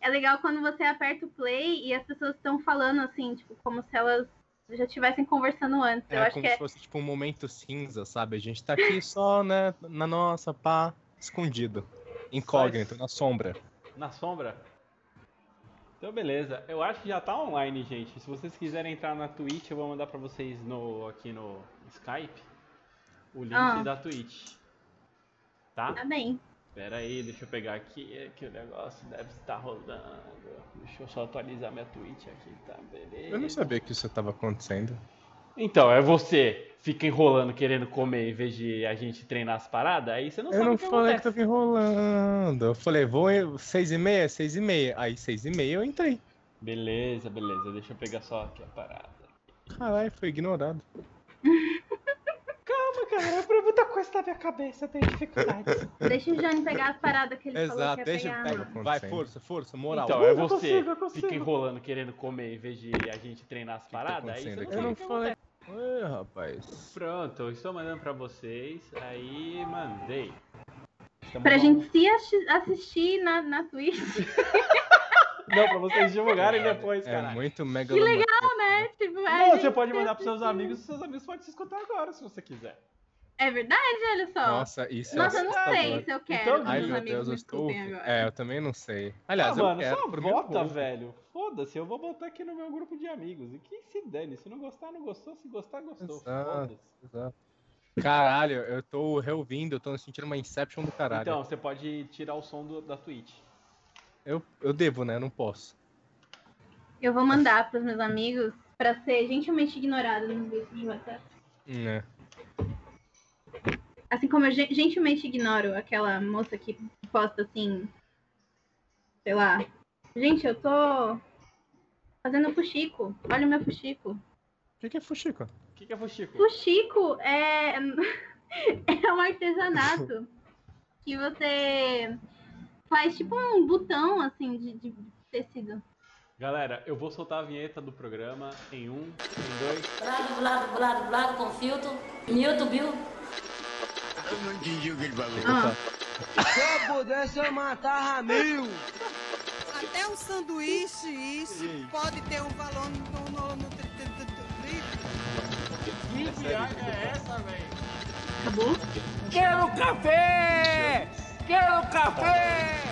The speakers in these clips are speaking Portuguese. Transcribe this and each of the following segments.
é legal quando você aperta o play e as pessoas estão falando assim, tipo, como se elas já estivessem conversando antes. Eu É acho como que se é. fosse tipo um momento cinza, sabe? A gente tá aqui só, né, na nossa, pá, escondido. Incógnito, na sombra. Na sombra? Então, beleza. Eu acho que já tá online, gente. Se vocês quiserem entrar na Twitch, eu vou mandar pra vocês no, aqui no Skype o link Ah. da Twitch. Tá? Tá bem. Pera aí, deixa eu pegar aqui é que o negócio deve estar rodando. Deixa eu só atualizar minha Twitch aqui, tá? Beleza. Eu não sabia que isso tava acontecendo. Então, é você fica enrolando querendo comer em vez de a gente treinar as paradas, aí você não Eu sabe não o que falei que acontece. tava enrolando. Eu falei, vou em- seis e meia, seis e meia. Aí seis e meia eu entrei. Beleza, beleza. Deixa eu pegar só aqui a parada. Caralho, foi ignorado. Calma, cara, é muita coisa na minha cabeça, eu tenho dificuldade. Deixa o Johnny pegar as paradas que ele falou que Exato, ia deixa eu pegar. pegar. mano. Vai, Acontecendo. força, força, moral. Então, é Eu você consigo, eu consigo. fica enrolando querendo comer em vez de a gente treinar as tá paradas, aí você acontecendo não aqui? sabe Eu o não falei- que acontece. Ê, rapaz. Pronto, eu estou mandando pra vocês, aí mandei. Estamos Pra ao- gente se assi- assistir na, na Twitch, Não, pra vocês divulgarem depois, É cara. muito mega. Que legal, né? Tipo, a Não, gente você pode se mandar pros seus assistir. amigos, e seus amigos podem se escutar agora, se você quiser. É verdade, olha só. Nossa, isso Nossa, é eu não assustador. sei se eu quero Então, que Ai, meus meu amigos Deus, eu me estou. escutem agora. É, eu também não sei. Aliás, ah, eu mano, quero. só pro meu vota, povo. velho. Foda-se, eu vou botar aqui no meu grupo de amigos. E quem se dane, se não gostar, não gostou, se gostar, gostou. Exato. Foda-se. Exato. Caralho, eu tô reouvindo, eu tô sentindo uma Inception do caralho. Então, você pode tirar o som do- da Twitch. Eu, eu devo, né? Eu não posso. Eu vou mandar pros meus amigos pra ser gentilmente ignorado nos grupos de WhatsApp. Né? Assim como eu gen- gentilmente ignoro aquela moça que posta assim. Sei lá. Gente, eu tô fazendo fuxico. Olha o meu fuxico. O que, que é fuxico? O que, que é Fuxico? Fuxico é, é um artesanato que você faz tipo um botão assim de, de tecido. Galera, eu vou soltar a vinheta do programa em um, em dois. Blado, blado, blado, blado com filtro. Newton, Bill. Eu não entendi o que ele falou. Ah, Se eu pudesse, eu matava mil. Até um sanduíche, isso pode ter um valor no, no, no tri- tri- tri- tri- acabou? Quero café! Quero café!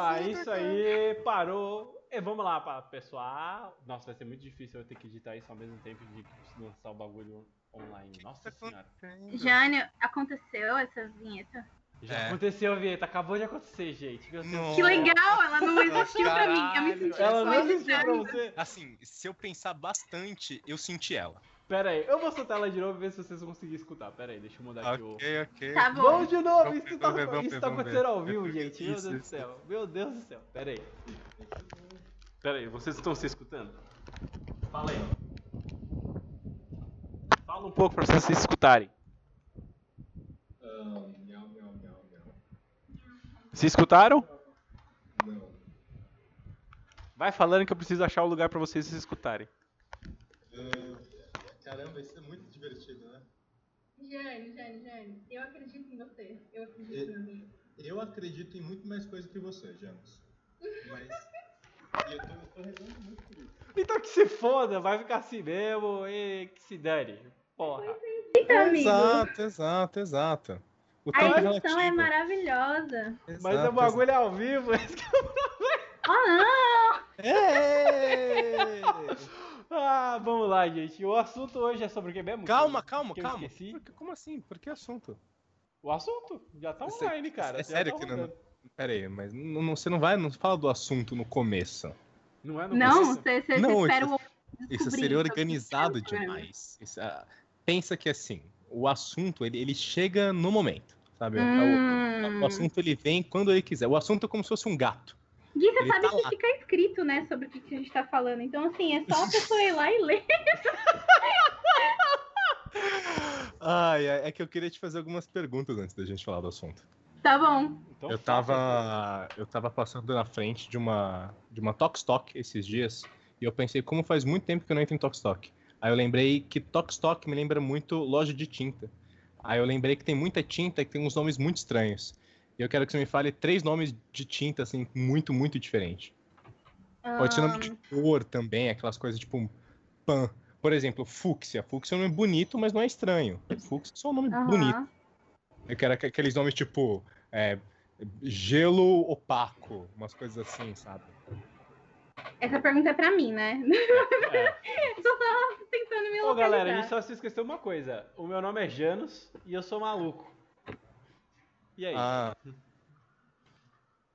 Ah, isso aí, parou. E vamos lá, pa- pessoal. Nossa, vai ser muito difícil eu ter que editar isso ao mesmo tempo de lançar o bagulho online. É. Nossa senhora. Jânio, aconteceu essa vinheta? Já É. aconteceu a vinheta, acabou de acontecer, gente. Meu Deus. Não. Que legal, ela não existiu pra mim. Eu me Caralho, senti Ela não só existiu pra irritada. você. Assim, se eu pensar bastante, eu senti ela. Pera aí, eu vou soltar ela de novo e ver se vocês vão conseguir escutar. Pera aí, deixa eu mudar aqui o. Ok, ok. Tá bom. Vamos de novo, Vamos isso ver, tá, vamos ver, vamos isso ver, tá vamos ver. acontecendo ao vivo, gente. Meu Isso, Deus do isso, céu, meu Deus do céu. Pera aí. Pera aí, vocês estão se escutando? Fala aí. Fala um pouco pra vocês se escutarem. Se escutaram? Vai falando que eu preciso achar o lugar pra vocês se escutarem. Caramba, isso é muito divertido, né? Jane, Jane, Jane, eu acredito em você. Eu acredito É. acredito em mim. Eu acredito em muito mais coisa que você, Janos. Mas. E eu tô, eu tô rezando muito por isso. Então que se foda, vai ficar assim mesmo e que se dane. Porra. Então, amigo, Exato, exato, exato. O a tempo edição é relativo. maravilhosa. um Mas o Exato, bagulho é ao vivo. Oh, não! exato. Ei! ah, vamos lá, gente. O assunto hoje é sobre o que mesmo? Calma, calma, Que eu calma. esqueci. Por assim? que- como assim? Por que assunto? O assunto já tá Isso é- online, cara. é já sério tá que não- rodando. Pera aí, mas não, não- você não vai, não fala do assunto no começo. Não é no Não, começo? você, você, Não, é espera o Isso descobrir, seria então, organizado descobrir o programa. demais. Isso, ah, pensa que assim, o assunto ele, ele chega no momento, sabe? O, Hum. né? É o assunto ele vem quando ele quiser. O assunto é como se fosse um gato. Gui, você Ele sabe tá que lá. fica escrito, né, sobre o que que a gente tá falando. Então, assim, é só a pessoa ir lá e ler. Ai, ai, é que eu queria te fazer algumas perguntas antes da gente falar do assunto. Tá bom. Então, Eu faça. tava, eu tava passando na frente de uma, de uma Tokstok esses dias e eu pensei, como faz muito tempo que eu não entro em Tokstok. Aí eu lembrei que Tokstok me lembra muito loja de tinta. Aí eu lembrei que tem muita tinta e que tem uns nomes muito estranhos. E eu quero que você me fale três nomes de tinta, assim, muito, muito diferente. Ah, Pode ser um nome de cor também, aquelas coisas tipo pan. Por exemplo, fúcsia. Fúcsia é um nome bonito, mas não é estranho. Fúcsia é só um nome Aham. bonito. Eu quero aqu- aqueles nomes tipo é, gelo opaco, umas coisas assim, sabe? Essa pergunta é pra mim, né? É. Eu Só tava tentando me Ô localizar. galera, a gente só se esqueceu uma coisa. O meu nome é Janos e eu sou maluco. E aí? Ah,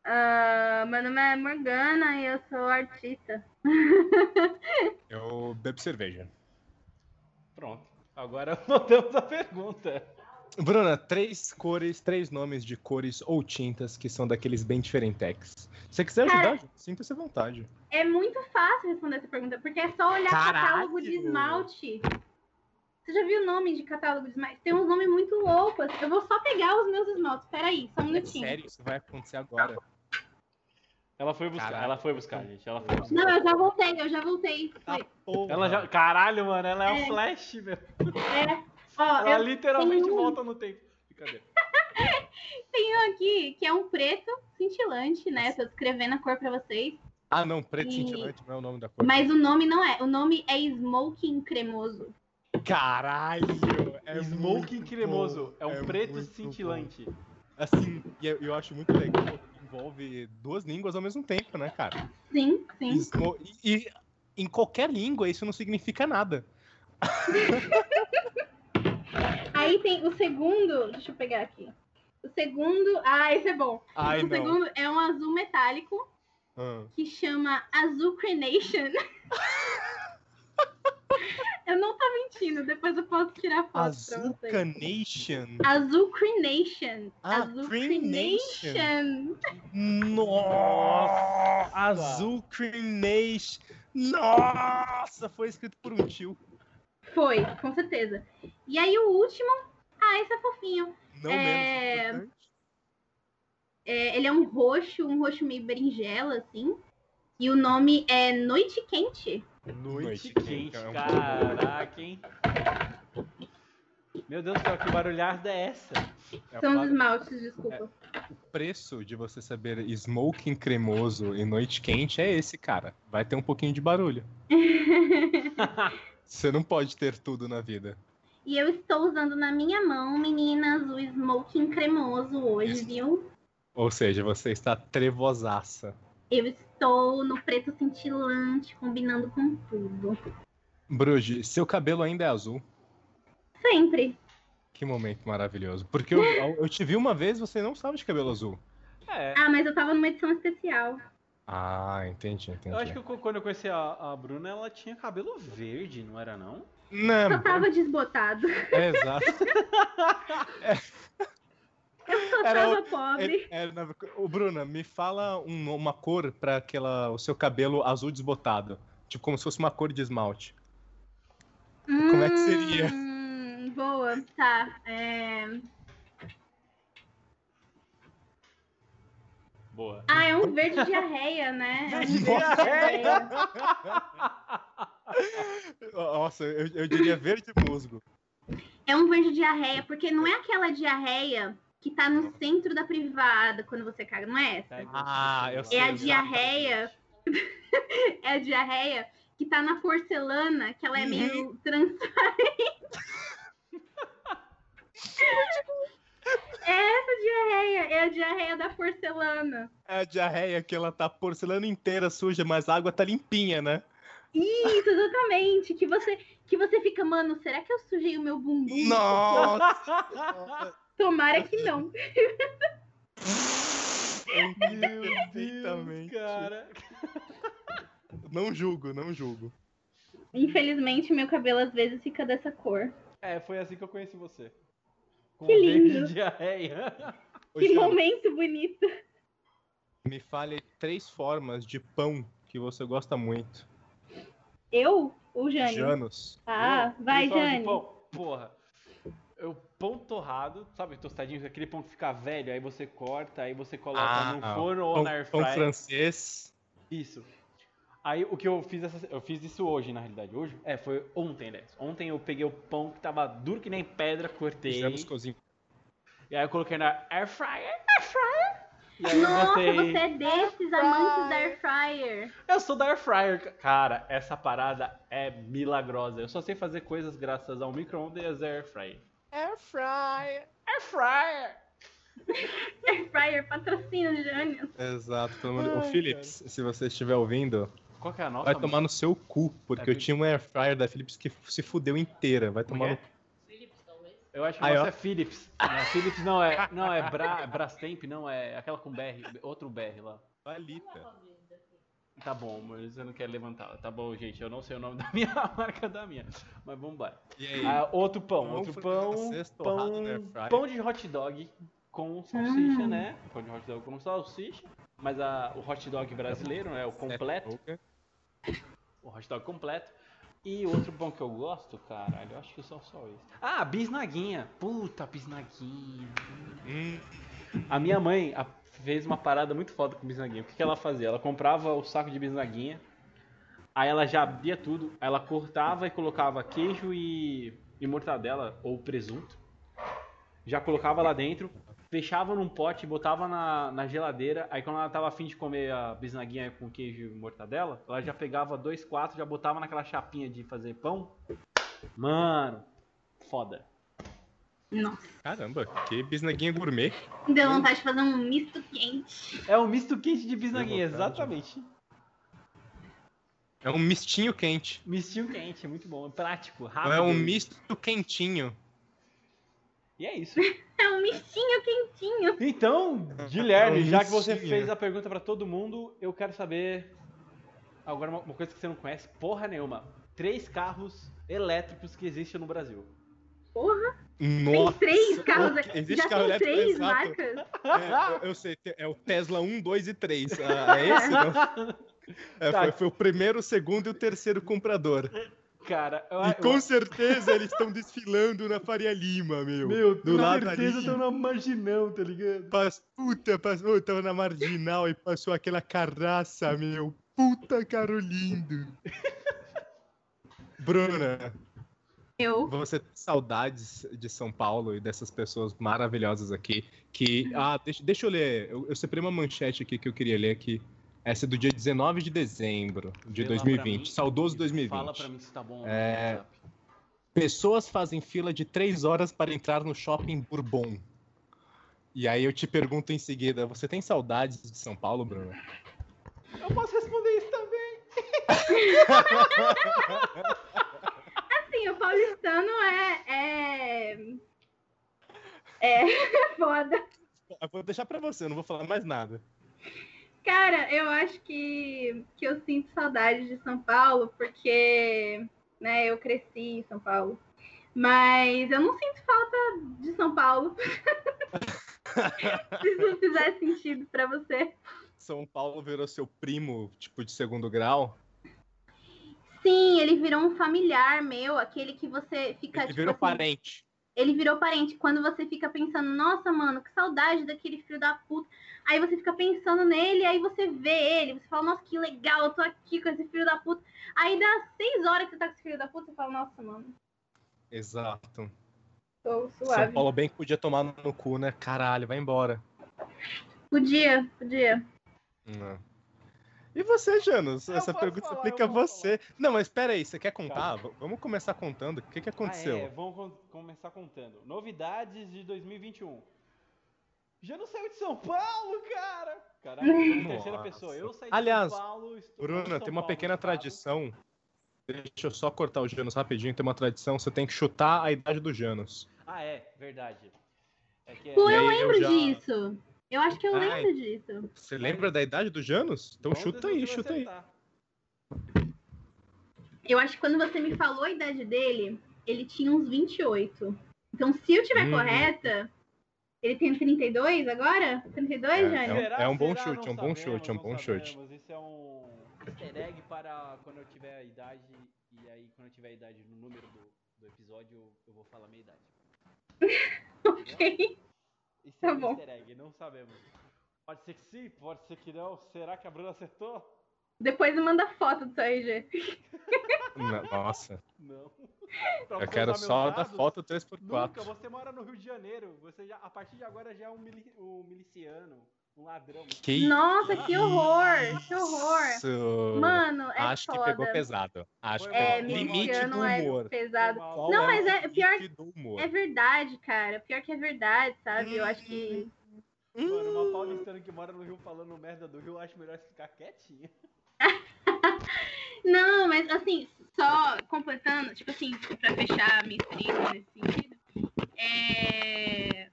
Ah, meu nome é Morgana e eu sou artista. eu bebo cerveja. Pronto. Agora voltamos à pergunta. Bruna, três cores, três nomes de cores ou tintas que são daqueles bem diferentex. Se você quiser Cara. ajudar, sinta-se à vontade. É muito fácil responder essa pergunta, porque é só olhar Caralho! catálogo de esmalte. Você já viu o nome de catálogo de esmalte? Tem uns nomes muito loucos. Eu vou só pegar os meus esmaltes. Peraí, só um É minutinho. sério, isso vai acontecer agora. Ela foi buscar, Caralho. ela foi buscar, gente. Ela foi buscar. Não, eu já voltei, eu já voltei. Tá Foi. Ela já. Caralho, mano, ela é um É. flash, meu. É. Ó, Ela eu literalmente tenho um. volta no tempo. Brincadeira. tenho aqui que é um preto cintilante, né? Tô descrevendo a cor pra vocês. Ah, não, preto E- cintilante não é o nome da cor. Mas o nome não é. O nome é Smoking Cremoso. Caralho! É Smoking muito cremoso. bom, É um preto muito cintilante. bom. Assim, e eu, eu acho muito legal que envolve duas línguas ao mesmo tempo, né, cara? Sim, sim. Smo- E, e em qualquer língua isso não significa nada. Aí tem o segundo, deixa eu pegar aqui. O segundo, ah, esse é bom. Ai, o não. segundo é um azul metálico Ah. que chama Azul Crenation. eu não tô mentindo, depois eu posso tirar foto pra vocês. Azuca Nation? Azul Crenation. Ah, azul Crenation. Crenation. Nossa! Azul Cremation! Nossa! Foi escrito por um tio. Foi, com certeza. E aí o último, ah, esse é fofinho. Não É. menos importante. É, ele é um roxo, um roxo meio berinjela, assim. E o nome é Noite Quente. Noite, Noite quente, quente, é um caraca, hein? Meu Deus do céu, que barulhada é essa? É São os claro. esmaltes, desculpa. O preço de você saber smoking cremoso e noite quente é esse, cara. Vai ter um pouquinho de barulho. Você não pode ter tudo na vida. E eu estou usando na minha mão, meninas, o smoking cremoso hoje, Isso. viu? Ou seja, você está trevosaça. Eu estou no preto cintilante, combinando com tudo. Bruge, seu cabelo ainda é azul. Sempre. Que momento maravilhoso. Porque eu, eu te vi uma vez, você não estava de cabelo azul. É, Ah, mas eu tava numa edição especial. Ah, entendi, entendi. eu acho que eu- quando eu conheci a, a Bruna, ela tinha cabelo verde, não era não? Só Não, tava desbotado. é exato. Só Era tava pobre. É, é, na- ô, Bruna, me fala um- uma cor pra aquela, o seu cabelo azul desbotado. Tipo, como se fosse uma cor de esmalte. como é que seria? Hum, boa, tá. É... Boa. Ah, é um verde diarreia, né? É um verde Nossa. diarreia. Nossa, eu, eu diria verde musgo. É um verde diarreia, porque não é aquela diarreia que tá no centro da privada quando você caga, não é essa? Pega Ah, o eu seu sei. É a celular. diarreia. É a diarreia que tá na porcelana, que ela é meio trans. é essa diarreia, é a diarreia da porcelana. É a diarreia que ela tá porcelana inteira suja, mas a água tá limpinha, né? Isso, exatamente. Que você, que você fica, mano, será que eu sujei o meu bumbum? Nossa! Tomara que não. eu Meu entendo Deus, perfeitamente. cara. Não julgo, não julgo. Infelizmente, meu cabelo às vezes fica dessa cor. É, foi assim que eu conheci você. Com Que lindo. verde diarreia. Ô, Que Jean, momento bonito. me fale três formas de pão que você gosta muito. Eu ou Jane? Janos. Ah, Eu- vai, eu falo de Jane. Pão, porra. Eu pão torrado, sabe, tostadinho, aquele pão que fica velho, aí você corta, aí você coloca Ah, no ah, Um forno ou Pão, na air pão fryer. francês. Isso. Aí o que eu fiz essa- eu fiz isso hoje, na realidade, hoje? É, foi ontem, né? Ontem eu peguei o pão que tava duro que nem pedra, cortei. Fizemos cozinha. E aí eu coloquei na air fryer, air fryer, E aí eu Nossa, botei. você é desses amantes da Air Fryer. Eu sou da Air Fryer. ca- Cara, essa parada é milagrosa. Eu só sei fazer coisas graças ao micro-ondas e a Air Fryer. Air Fryer. Air Fryer! Air Fryer patrocina, Jânio. Exato, pelo amor de Deus. Ai, Ô, Philips, se você estiver ouvindo, Qual que é a nossa? vai tomar no seu cu, porque É, eu tinha uma air fryer da Philips que se fudeu inteira. Vai tomar no é? cu. Eu acho que Aí, nossa ó. é Philips. Não, é Philips não é, não é Bra, Brastemp, não é aquela com BR, outro BR lá. Valita. Tá bom, mas você não quer levantar. Tá bom, gente, eu não sei o nome da minha a marca da minha. Mas vamos embora. E aí? Ah, outro pão, Pão, outro frango pão. francês torrado Pão, na air fryer. pão de hot dog com salsicha, Hum. né? Pão de hot dog com salsicha. Mas a, o hot dog brasileiro, né? O completo. Boca. O hot dog completo. E outro pão que eu gosto, caralho, eu acho que são só esse. Ah, bisnaguinha. Puta, bisnaguinha. Hum, A minha mãe a- fez uma parada muito foda com bisnaguinha. O que, que ela fazia? Ela comprava o saco de bisnaguinha, aí ela já abria tudo, aí ela cortava e colocava queijo e, e mortadela ou presunto. Já colocava lá dentro, fechava num pote, botava na, na geladeira. Aí quando ela tava afim de comer a bisnaguinha com queijo e mortadela, ela já pegava dois, quatro, já botava naquela chapinha de fazer pão. Mano, foda. Nossa, caramba, que bisnaguinha gourmet. me deu vontade de fazer um misto quente. É o misto quente de bisnaguinha, vontade. exatamente. É um mistinho quente. Mistinho quente, é muito bom. É prático, Não rápido. é um misto quentinho. E é isso. É um mistinho quentinho. Então, Guilherme, É um já que você mistinho. fez a pergunta pra todo mundo, eu quero saber agora uma, uma coisa que você não conhece porra nenhuma. Três carros elétricos que existem no Brasil. Porra, tem Nossa. três carros. ok, existe Já carro tem elétrico, três exato. marcas. É, eu, eu sei, te- é o Tesla 1, 2 e 3. Ah, é esse? Não? É, Tá. foi, foi o primeiro, o segundo e o terceiro comprador. Cara, eu, E com eu, certeza eles estão desfilando na Faria Lima, meu. meu, do com lado certeza ali. eu tô na marginão, tá ligado? Pas, puta, passou, eu tava na marginal e passou aquela carraça, meu. Puta caro lindo. Bruna, Eu. você tem saudades de São Paulo e dessas pessoas maravilhosas aqui que. Ah, deixa, deixa eu ler. Eu, eu separei uma manchete aqui que eu queria ler aqui. Essa é do dia 19 de dezembro de Vê lá pra 2020. mim Saudoso e 2020. Fala pra mim se tá bom ou não. É. WhatsApp. Pessoas fazem fila de três horas para entrar no shopping Bourbon. E aí eu te pergunto em seguida, você tem saudades de São Paulo, Bruno? Eu posso responder isso também. Assim, o paulistano é. É. É foda. Eu vou deixar pra você, eu não vou falar mais nada. Cara, eu acho que, que eu sinto saudade de São Paulo, porque né, eu cresci em São Paulo. Mas eu não sinto falta de São Paulo. Se isso fizer sentido pra você. São Paulo virou seu primo, tipo, de segundo grau. Sim, ele virou um familiar meu, aquele que você fica. Ele tipo virou assim, parente. ele virou parente. Quando você fica pensando, nossa, mano, que saudade daquele filho da puta. Aí você fica pensando nele, aí você vê ele, você fala, nossa, que legal, eu tô aqui com esse filho da puta. Aí dá seis horas que você tá com esse filho da puta, você fala, nossa, mano, Exato. tô São suave. Paulo bem que podia tomar no cu, né? Caralho, vai embora. Podia, podia. Não. E você, Janus? Eu Essa posso pergunta se falar, aplica eu a vou você. Não, mas espera aí, você quer contar? V- Vamos começar contando. O que, que aconteceu? Ah, é, vamos con- começar contando. Novidades de 2021. Já não saiu de São Paulo, cara! Caralho, eu sou a terceira Nossa. pessoa. Eu saí Aliás, de São Paulo. Estou em Bruna, São tem uma Paulo, pequena no caso. tradição. Deixa eu só cortar o Janus rapidinho. Tem uma tradição, você tem que chutar a idade do Janus. Ah, é, verdade. É que é- Pô, E eu aí, eu lembro já- disso. Eu acho que eu Ai. lembro disso. Você lembra da idade do Janus? Então Bom, chuta Deus, aí, você tá chuta vai aí. acertar. Eu acho que quando você me falou a idade dele, ele tinha uns 28. Então, se eu tiver Hum. correta, ele tem 32 agora? 32, É, Jânio? um- é um bom Será? chute, é um Não bom sabemos, chute, é um não bom chute. sabemos. Isso é um easter egg para quando eu tiver a idade. E aí, quando eu tiver a idade no número do, do episódio, eu, eu vou falar a minha idade. Ok. Isso Tá é um bom. easter egg, não sabemos. Pode ser que sim, pode ser que não. Será que a Bruna acertou? Depois manda foto do seu RG. Na- Nossa, Não. Tá eu quero só dar foto Nunca, 3x4. você mora no Rio de Janeiro. Você já, a partir de agora já é um, mili- um miliciano. Um ladrão. Que Nossa, que horror! Que horror! isso? Mano, é Acho foda. que pegou pesado. Acho que Foi É, mal, pegou. foi mal. Limite do mexicano é humor. pesado. Foi mal. Qual Não, o mas é- limite pior- do humor? É verdade, cara. Pior que é verdade, sabe? Eu acho que. Mano, uma paulistana que mora no Rio falando merda do Rio, eu acho melhor ficar quietinha. Não, mas assim, só completando, tipo assim, pra fechar a minha experiência nesse sentido, é,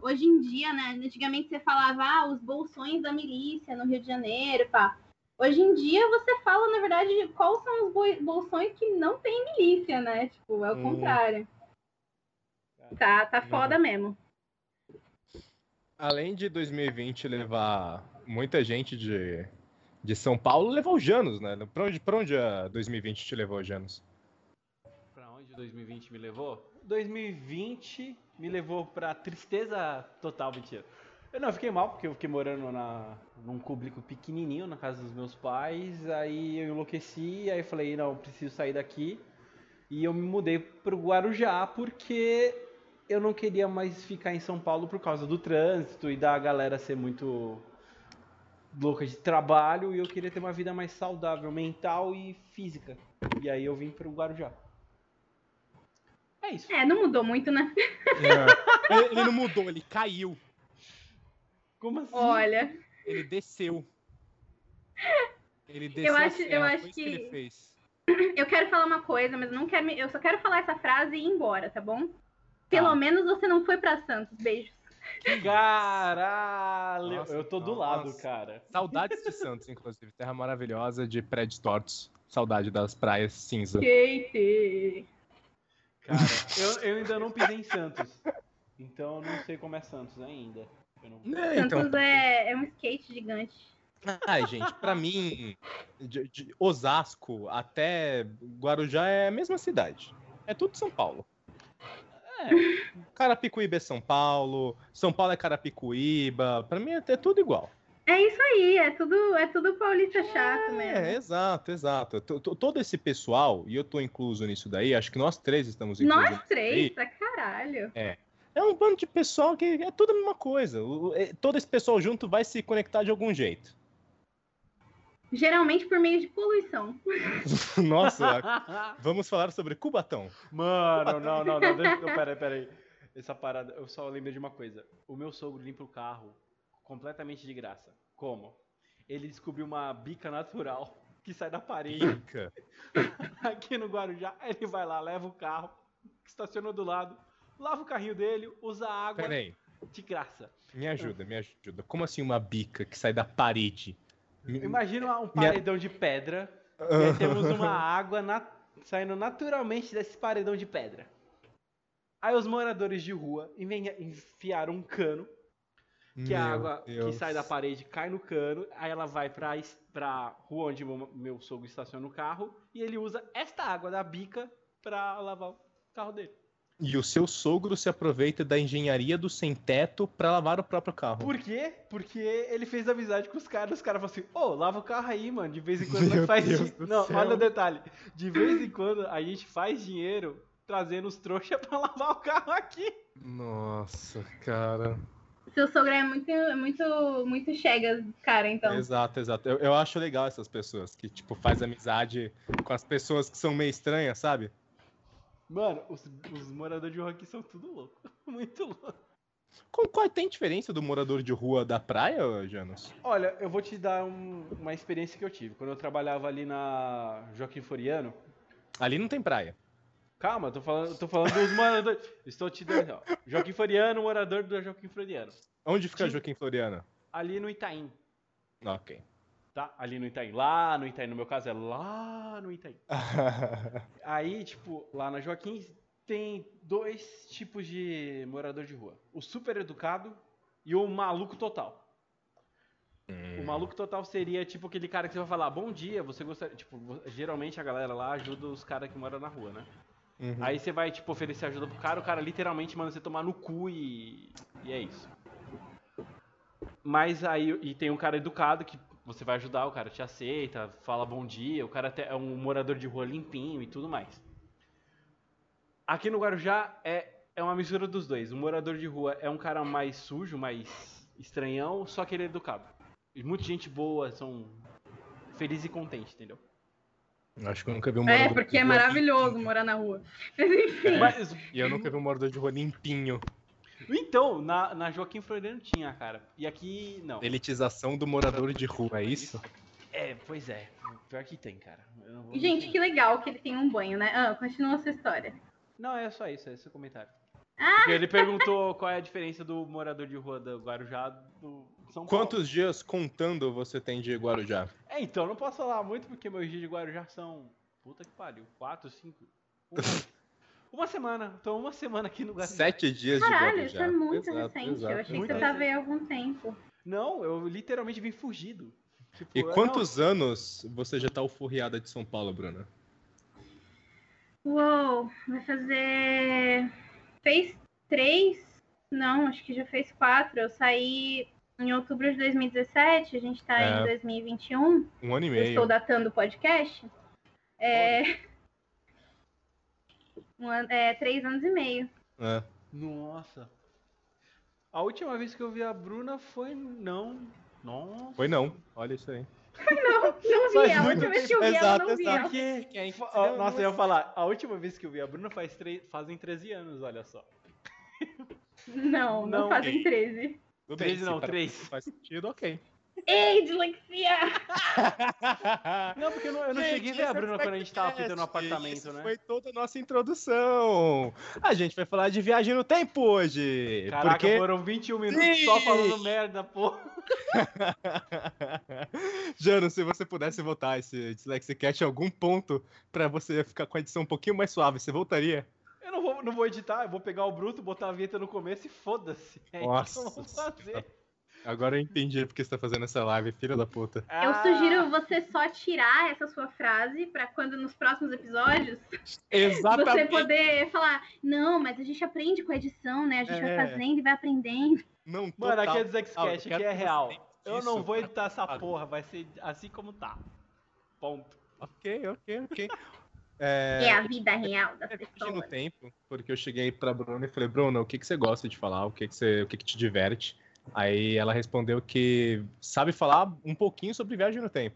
hoje em dia, né? Antigamente você falava, ah, os bolsões da milícia no Rio de Janeiro, pá. Hoje em dia você fala, na verdade, de quais são os boi- bolsões que não tem milícia, né? Tipo, é o Hum. contrário. Tá, tá foda mesmo. Além de 2020 levar muita gente de, de São Paulo, levou o Janos, né? Pra onde, pra onde a 2020 te levou, Janos? Pra onde 2020 me levou? 2020 me levou pra tristeza total, mentira. Eu não eu fiquei mal, porque eu fiquei morando na, num público pequenininho, na casa dos meus pais. Aí eu enlouqueci, aí eu falei, não, eu preciso sair daqui. E eu me mudei pro Guarujá, porque eu não queria mais ficar em São Paulo por causa do trânsito e da galera ser muito louca de trabalho. E eu queria ter uma vida mais saudável, mental e física. E aí eu vim pro Guarujá. É isso. É, não mudou muito, né? É. Ele- ele não mudou, ele caiu. Como assim? Olha. Ele desceu. Ele desceu. Eu a acho- eu serra, acho foi isso que- ele fez. Eu quero falar uma coisa, mas eu não quero me... eu só quero falar essa frase e ir embora, tá bom? Pelo Tá. menos você não foi pra Santos. Beijo. Caralho! Nossa, eu tô do nossa. lado, cara. Saudades de Santos, inclusive. Terra maravilhosa de prédios tortos. Saudade das praias cinza. Kate. Cara, eu, eu ainda não pisei em Santos. Então eu não sei como é Santos ainda. Eu não- É, então, Santos é, é um skate gigante. ai, gente, pra mim, de, de Osasco até Guarujá é a mesma cidade. É tudo São Paulo. Carapicuíba é São Paulo, São Paulo é Carapicuíba, pra mim é, é tudo igual. É isso aí, é tudo, é tudo paulista chato mesmo. É, exato, exato. To- to- Todo esse pessoal, e eu tô incluso nisso daí, acho que nós três estamos inclusos. Nós nisso três, daí. pra caralho. É um bando de pessoal que é tudo a mesma coisa. O- o- é- Todo esse pessoal junto vai se conectar de algum jeito. Geralmente por meio de poluição. Nossa, vamos falar sobre Cubatão. Mano, não, não, não. Deixa, não, peraí, peraí. Essa parada, eu só lembrei de uma coisa. O meu sogro limpa o carro completamente de graça. Como? Ele descobriu uma bica natural que sai da parede. Bica. aqui no Guarujá. Aí Ele vai lá, leva o carro, estaciona do lado, lava o carrinho dele, usa a água Peraí, de graça. me ajuda, me ajuda. Como assim uma bica que sai da parede? Me- Imagina um paredão de pedra, e aí temos uma água na- saindo naturalmente desse paredão de pedra. Aí os moradores de rua inven- enfiaram um cano, que é a Meu água Deus. que sai da parede cai no cano, aí ela vai pra, es- pra rua onde meu, meu sogro estaciona o carro, e ele usa esta água da bica pra lavar o carro dele. E o seu sogro se aproveita da engenharia do sem-teto pra lavar o próprio carro. Por quê? Porque ele fez amizade com os caras, os caras falaram assim, ô, lava o carro aí, mano, de vez em quando Meu nós faz Deus dinheiro. do Não, céu. olha o detalhe. De vez em quando a gente faz dinheiro trazendo os trouxas pra lavar o carro aqui. Nossa, cara. Seu sogro é muito, muito, muito chega, cara, então. Exato, exato. Eu, eu acho legal essas pessoas que, tipo, faz amizade com as pessoas que são meio estranhas, sabe? Mano, os, os moradores de rua aqui são tudo louco. Muito louco. Com, qual é, tem diferença do morador de rua da praia, Janus? Olha, eu vou te dar um- uma experiência que eu tive. Quando eu trabalhava ali na Joaquim Floriano, Ali não tem praia. Calma, eu tô falando, eu tô falando dos moradores. Estou te dando, ó. Joaquim Floriano, morador do Joaquim Floriano. Onde fica Sim. Joaquim Floriano? Ali no Itaim. Ok. tá? Ali no Itaim, lá no Itaim, no meu caso é lá no Itaim. Aí, tipo, lá na Joaquim tem dois tipos de morador de rua: o super educado e o maluco total. O maluco total seria tipo aquele cara que você vai falar bom dia, você gostaria. Tipo, vo- geralmente a galera lá ajuda os caras que moram na rua, né? Uhum. Aí você vai, tipo, oferecer ajuda pro cara, o cara literalmente manda você tomar no cu e. E é isso. Mas aí. E tem um cara educado que você vai ajudar, o cara te aceita, fala bom dia, o cara até é um morador de rua limpinho e tudo mais. Aqui no Guarujá é, é uma mistura dos dois. O morador de rua é um cara mais sujo, mais estranhão, só que ele é educado. E muita gente boa, são felizes e contentes, entendeu? Eu Acho que eu nunca vi um É, morador porque de é rua maravilhoso limpinho. morar na rua. Mas É. enfim. Mas, E eu nunca vi um morador de rua limpinho. então, na, na Joaquim Floriano tinha, cara. E aqui, não. Elitização do morador de rua, é isso? É, pois é. Pior que tem, cara. Eu não vou- Gente, que legal que ele tem um banho, né? Ah, continua a sua história. Não, é só isso, é esse o comentário. Porque ele perguntou qual é a diferença do morador de rua do Guarujá do São Paulo. Quantos dias contando você tem de Guarujá? É, então, não posso falar muito porque meus dias de Guarujá são. Puta que pariu. Quatro, cinco. Uma, uma semana. Tô uma semana aqui no Guarujá. Sete dias Caralho, de Guarujá. isso é muito Exato, recente. exato, eu achei exato. que você tá- exato. tava aí há algum tempo. Não, eu literalmente vim fugido. Tipo, E eu- quantos anos você já tá alforriada de São Paulo, Bruna? Uou, vai fazer. Fez três? Não, acho que já fez quatro. Eu saí em outubro de 2017, a gente tá É. em 2021. Um ano e Eu meio. estou datando o podcast. É. Um ano- é, três anos e meio. É. Não. Nossa. A última vez que eu vi a Bruna foi. Não. Nossa. Foi não. Olha isso aí. Não vi Faz ela. A muito última vez que eu vi ela, eu não vi ela. Porque. Ó, Ah, Nossa, eu ia falar. A última vez que eu vi a Bruna faz tre... fazem 13 anos, olha só. Não, não Não. fazem 13. Tudo Três se não, para- três. Faz sentido, ok. Ei, dislexia! Não, porque eu não, eu não Gente, cheguei a ver esse a é o Bruna quando a gente tava Podcast, fitando no apartamento, isso né? Foi toda a nossa introdução. A gente vai falar de viagem no tempo hoje. Caraca, porque... foram 21 minutos Sim. só falando merda, porra. Jano, se você pudesse voltar esse Dyslexicast em algum ponto pra você ficar com a edição um pouquinho mais suave, você voltaria? Eu não vou, não vou editar, eu vou pegar o bruto, botar a vinheta no começo e foda-se. É isso que eu vou Nossa fazer. Agora eu entendi porque você tá fazendo essa live, filha da puta. Eu Ah, sugiro você só tirar essa sua frase pra quando nos próximos episódios você Exatamente. poder falar, não, mas a gente aprende com a edição, né? A gente É. vai fazendo e vai aprendendo. Não, Mano, total, aqui é total. Eu Zexcast, quero aqui é que você real. lembre Eu disso não vou pra editar essa caralho. porra, vai ser assim como tá. Ponto. Ok, ok, ok. É, a vida real das É viagem no pessoas. tempo, porque eu cheguei pra Bruna e falei, Bruna, o que, que você gosta de falar? O que, que, você, o que, que te diverte? Aí ela respondeu que sabe falar um pouquinho sobre viagem no tempo.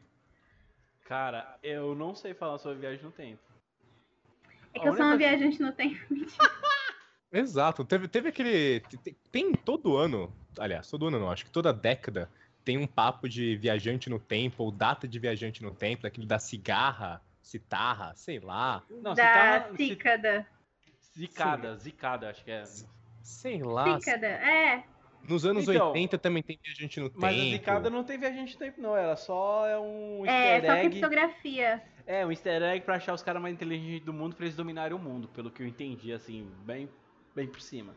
Cara, eu não sei falar sobre viagem no tempo. É A que eu sou uma única- viajante no tempo. Exato. Teve, teve aquele. te- te- Tem todo ano, aliás, todo ano não, acho que toda década tem um papo de viajante no tempo, ou data de viajante no tempo, daquele da cigarra, citarra, sei lá. da Não, tá- citarra- ci- cícada. Zicada, zicada, acho que é. Sei lá. Cícada, é. Nos anos Então, 80 também tem viajante no Mas tempo. a zicada não tem viagem no tempo, não. Ela só é um É, easter só egg. criptografia. É, um easter egg pra achar os caras mais inteligentes do mundo pra eles dominarem o mundo, pelo que eu entendi, assim, bem, bem por cima.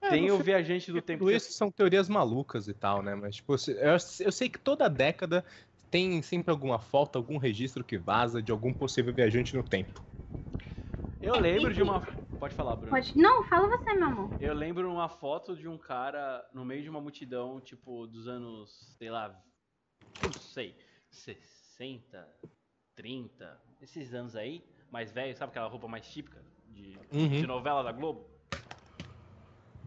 É, Tem no o fim- viajante do Porque tempo. Tudo isso são teorias malucas e tal, né? Mas, tipo, se- eu, eu sei que toda década tem sempre alguma falta, algum registro que vaza de algum possível viajante no tempo. Eu lembro de uma. Pode falar, Bruno. Pode... Não, fala você, meu amor. Eu lembro uma foto de um cara no meio de uma multidão, tipo, dos anos, sei lá, não sei, 60, 30, esses anos aí, mais velho, sabe aquela roupa mais típica de, Uhum. de novela da Globo?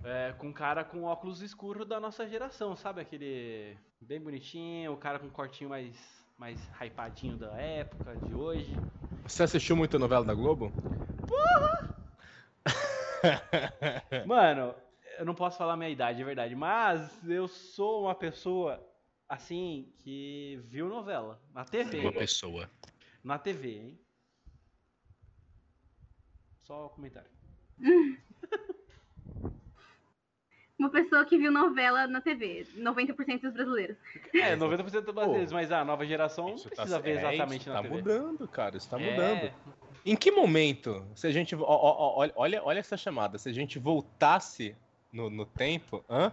É, com um cara com óculos escuros da nossa geração, sabe? Aquele bem bonitinho, o cara com um cortinho mais, mais hypadinho da época, de hoje. Você assistiu muita novela da Globo? Mano, eu não posso falar minha idade, é verdade, mas eu sou uma pessoa assim que viu novela na TV, pessoa. na TV, hein? Só comentário. Uma pessoa que viu novela na TV. 90% dos brasileiros. É, 90% das vezes, mas a nova geração não Isso tá- precisa ver é, isso exatamente na tá TV. mudando, cara, isso tá É, mudando. Em que momento, se a gente. ó, ó, ó, olha- olha, olha essa chamada, se a gente voltasse no, no tempo, hã?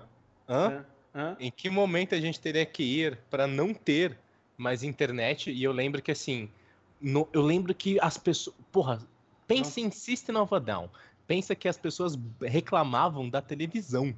Hã? hã, hã. Em que momento a gente teria que ir para não ter mais internet? E eu lembro que assim, no- eu lembro que as pessoas, porra, pensa em System of a Down. Pensa que as pessoas reclamavam da televisão.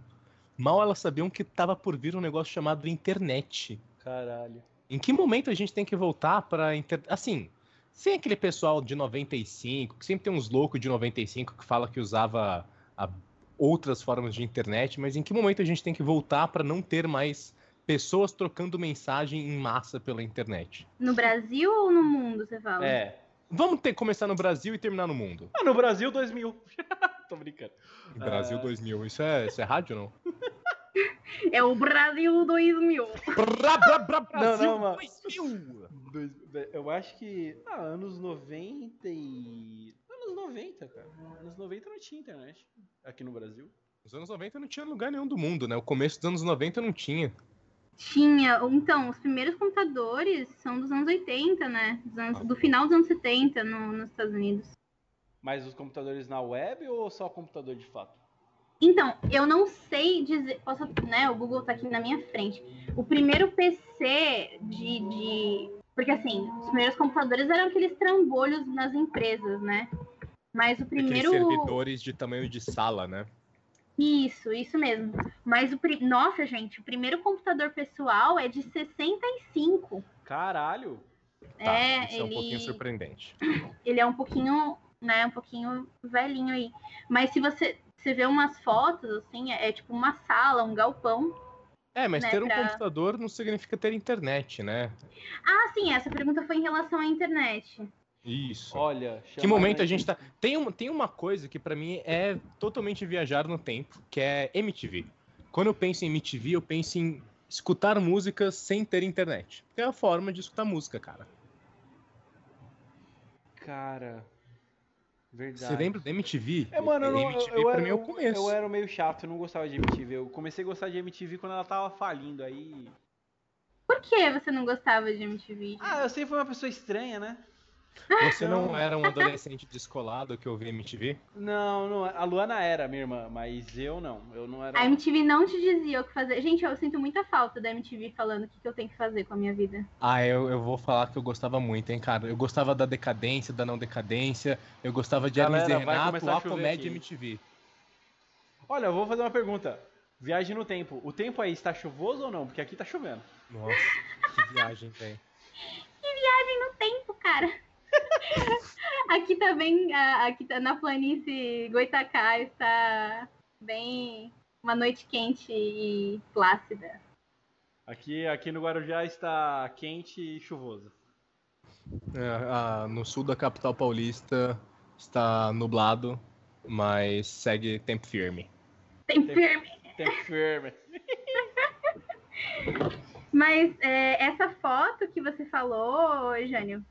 Mal elas sabiam que tava por vir um negócio chamado internet. Caralho. Em que momento a gente tem que voltar para inter... assim, sem aquele pessoal de 95, que sempre tem uns loucos de 95 que fala que usava a outras formas de internet, mas em que momento a gente tem que voltar para não ter mais pessoas trocando mensagem em massa pela internet? No Brasil ou no mundo, você fala? É. Vamos ter começar no Brasil e terminar no mundo. Ah, no Brasil, 2000. Tô brincando. Brasil 2000, isso é, isso é rádio não? É o Brasil 2000. Brá, brá, brá, Brasil não, mano. 2000! Dois- Eu acho que. Ah, anos 90 e. Anos 90, cara. Anos 90 não tinha internet aqui no Brasil. Nos anos 90 não tinha lugar nenhum do mundo, né? O começo dos anos 90 não tinha. Tinha. Então, os primeiros computadores são dos anos 80, né? Dos anos- do final dos anos 70 no- nos Estados Unidos. Mas os computadores na web ou só computador de fato? Então, eu não sei dizer. Posso, né? O Google tá aqui na minha frente. O primeiro PC de. de- porque assim, os primeiros computadores eram aqueles trambolhos nas empresas, né? Mas o primeiro. Aqueles servidores de tamanho de sala, né? Isso, isso mesmo. Mas o. pri- Nossa, gente, o primeiro computador pessoal é de 65. Caralho! Tá, é, isso ele. é um pouquinho surpreendente. ele é um pouquinho, né, um pouquinho velhinho aí. Mas se você, você vê umas fotos, assim, é, é tipo uma sala, um galpão. É, mas Né, ter um pra- computador não significa ter internet, né? Ah, sim, essa pergunta foi em relação à internet. Isso. Olha, Que momento a gente tá. Tem, um, tem uma coisa que pra mim é totalmente viajar no tempo, que é MTV. Quando eu penso em MTV, eu penso em escutar música sem ter internet. É a forma de escutar música, cara. Cara. Verdade. Você lembra da MTV? É, mano, eu, não- eu, MTV eu pra era, mim é o eu- começo. eu era um meio chato, eu não gostava de MTV. Eu comecei a gostar de MTV quando ela tava falindo aí. Por que você não gostava de MTV? Ah, eu sempre fui uma pessoa estranha, né? Você não era um adolescente descolado que ouvia MTV? Não, não, a Luana era minha irmã, mas eu não. Eu não era. um- A MTV não te dizia o que fazer. Gente, eu sinto muita falta da MTV falando o que, que eu tenho que fazer com a minha vida. Ah, eu, eu vou falar que eu gostava muito, hein, cara. Eu gostava da decadência, da não decadência. Eu gostava de Hermes e Galera, vai Renato, começar a a chover comédia aqui. MTV. Olha, eu vou fazer uma pergunta. Viagem no tempo. O tempo aí está chuvoso ou não? Porque aqui tá chovendo. Nossa, que viagem, velho. Tempo, cara. aqui tá bem. a- Aqui tá na planície Goitacá está bem. Uma noite quente e plácida. Aqui, aqui no Guarujá está quente e chuvoso. É, a- no sul da capital paulista está nublado, mas segue tempo firme. Tem Tem- firme. Tempo firme. Mas é, essa foto que você falou, Jânio,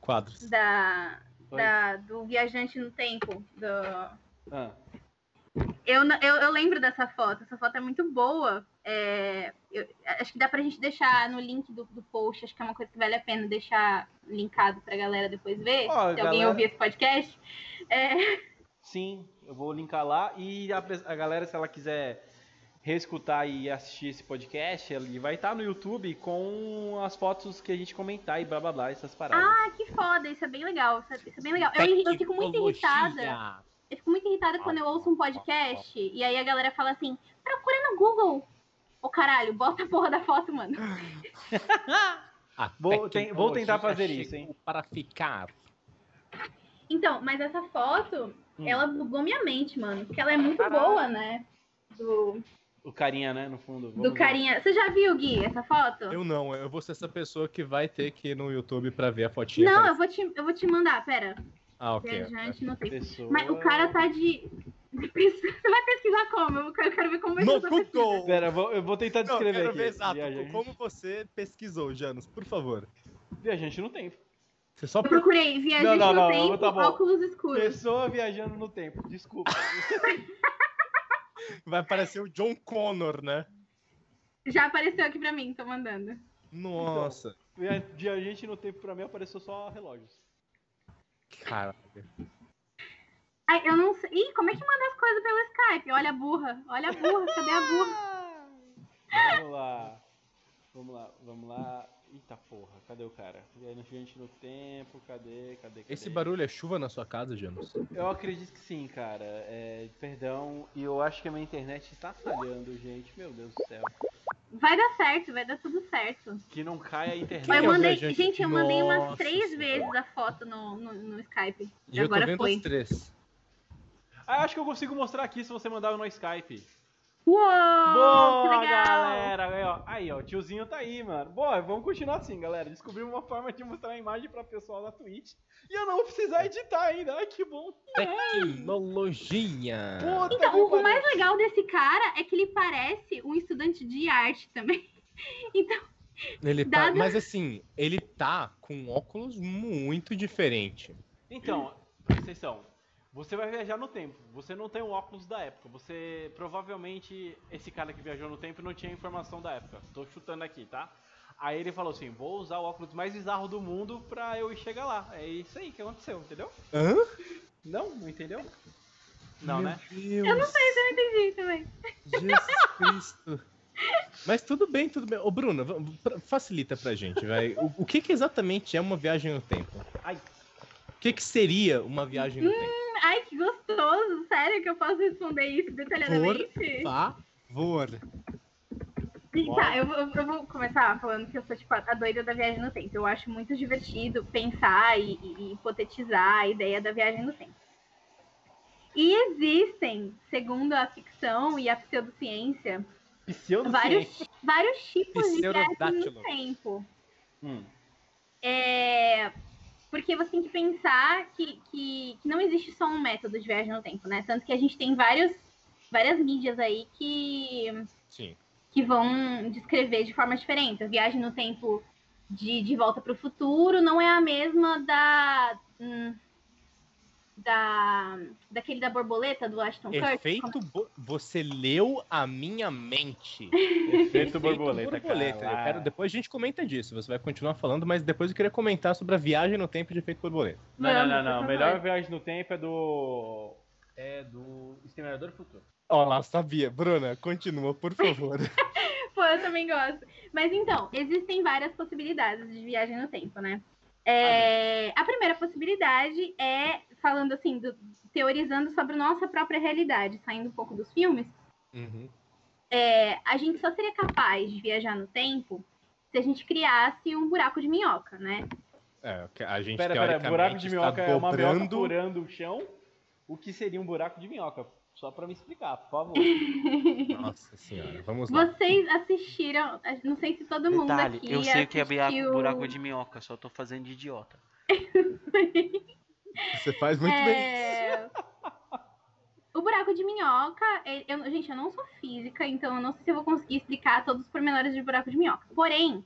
Quadros. da, Oi. da- do viajante no tempo, do- Ah, eu, n- eu, eu lembro dessa foto, essa foto é muito boa. É, eu- acho que dá pra gente deixar no link do, do post, acho que é uma coisa que vale a pena deixar linkado pra galera depois ver, Ó, se alguém galera- ouvir esse podcast. É, sim, eu vou linkar lá. E a, pe- a galera, se ela quiser reescutar e assistir esse podcast, ele vai estar no YouTube com as fotos que a gente comentar e blá blá blá, essas paradas. ah, que foda, isso é bem legal, isso é, isso é bem legal. Eu, eu fico muito irritada. Eu fico muito irritada quando eu ouço um podcast e aí a galera fala assim: procura no Google. Ô caralho, bota a porra da foto, mano. Ah! É A tá Vou- tem- vou tentar Ah, tecnologia fazer chegou isso, hein. Para ficar. Então, mas essa foto, Hum. ela bugou minha mente, mano. Porque ela é muito Caralho. boa, né? Do, O carinha, né, no fundo. Vamos do ver. carinha. Você já viu, Gui, essa foto? Eu não, eu vou ser essa pessoa que vai ter que ir no YouTube pra ver a fotinha. Não, apare- eu vou, te, eu vou te mandar, pera. Ah, ok. Viajante no tempo. Pessoa... Mas o cara tá de. Você vai pesquisar como? Eu quero, eu quero ver como é vai ser No essa pesquisa. Google! Pera, eu vou, eu vou tentar Não, eu descrever quero aqui. ver exato Viajante- como você pesquisou, Janus, por favor. Viajante no tempo. Você só Eu procurei viajante Não, não, no não, tempo, tá bom. óculos escuros. Pessoa viajando no tempo, desculpa. vai parecer o John Connor, né? Já apareceu aqui pra mim, tô mandando. Nossa, Via- Viajante no tempo pra mim apareceu só relógios. cara. Ai, eu não sei. Ih, como é que manda as coisas pelo Skype? Olha a burra. Olha a burra. Cadê a burra? Vamos lá. Vamos lá, vamos lá. Eita porra, cadê o cara? Viajante no tempo, cadê, cadê, cadê? Esse barulho é chuva na sua casa, Janus? Eu acredito que sim, cara. É, perdão, e eu acho que a minha internet está falhando, gente. Meu Deus do céu. Vai dar certo, vai dar tudo certo. Que não caia Quem é a eu o internet. mandei, viajante? gente, eu mandei umas Nossa três Senhora. vezes a foto no, no, no Skype. E eu tô Agora vendo foi. as três. Ah, acho que eu consigo mostrar aqui se você mandar no Skype. Uou! Oh, que Boa, legal! galera! Aí ó. aí, ó, o tiozinho tá aí, mano. Boa, vamos continuar assim, galera. Descobrimos uma forma de mostrar a imagem pra pessoal da Twitch. E eu não vou precisar editar ainda. Ai, que bom. Tecnologia! Puta Então, que o, o pariu. mais legal desse cara é que ele parece um estudante de arte também. Então, Ele tá- Dado- Mas assim, ele tá com óculos muito diferente. Então, presta atenção. Você vai viajar no tempo. Você não tem o óculos da época. Você provavelmente esse cara que viajou no tempo não tinha informação da época. Tô chutando aqui, tá? Aí ele falou assim: "Vou usar o óculos mais bizarro do mundo pra eu ir chegar lá". É isso aí que aconteceu, entendeu? Hã? Não, não entendeu? Não, né? eu não sei se eu entendi também. Jesus Cristo. Mas tudo bem, tudo bem. Ô, Bruno, v- pra- facilita pra gente, vai. O, o que, que exatamente é uma viagem no tempo? Ai. O que, que seria uma viagem no tempo? Ai, que gostoso! Sério que eu posso responder isso detalhadamente? Favor. Sim, tá, eu, eu- eu vou começar falando que eu sou tipo a doida da viagem no tempo. Eu acho muito divertido pensar e, e- e hipotetizar a ideia da viagem no tempo. E existem, segundo a ficção e a pseudociência, Pseudociência. vários, vários tipos de viagem no Pseudodáctilo. tempo. Hum. É, Porque você tem que pensar que, que, que não existe só um método de viagem no tempo, né? Tanto que a gente tem vários, várias mídias aí que Sim. que vão descrever de forma diferente. A viagem no tempo de, de volta para o futuro não é a mesma da. hum, da daquele da borboleta do Ashton Kutcher. Efeito. bo- Você leu a minha mente. Efeito borboleta, Ah, é. Eu quero- depois a gente comenta disso. Você vai continuar falando, mas depois eu queria comentar sobre a viagem no tempo de efeito borboleta. Não, não, não, Vamos, não. por Melhor favor. viagem no tempo é do é do Exterminador do Futuro. Ó, lá, sabia. Bruna, continua, por favor. Pô, eu também gosto. Mas então, existem várias possibilidades de viagem no tempo, né? É, a primeira possibilidade é falando assim, do- teorizando sobre nossa própria realidade, saindo um pouco dos filmes. Uhum. É, a gente só seria capaz de viajar no tempo se a gente criasse um buraco de minhoca, né? É, a gente Pera, pera, teoricamente buraco de está minhoca é uma minhoca dobrando furando o chão? O que seria um buraco de minhoca? Só pra me explicar, por favor. Nossa senhora, vamos lá. Vocês assistiram, não sei se todo um mundo Detalhe, aqui eu sei o que é buraco, assistiu- buraco de minhoca, só tô fazendo de idiota. Você faz muito bem. É, O buraco de minhoca, ele- eu- gente, eu não sou física, então eu não sei se eu vou conseguir explicar todos os pormenores de buraco de minhoca. Porém,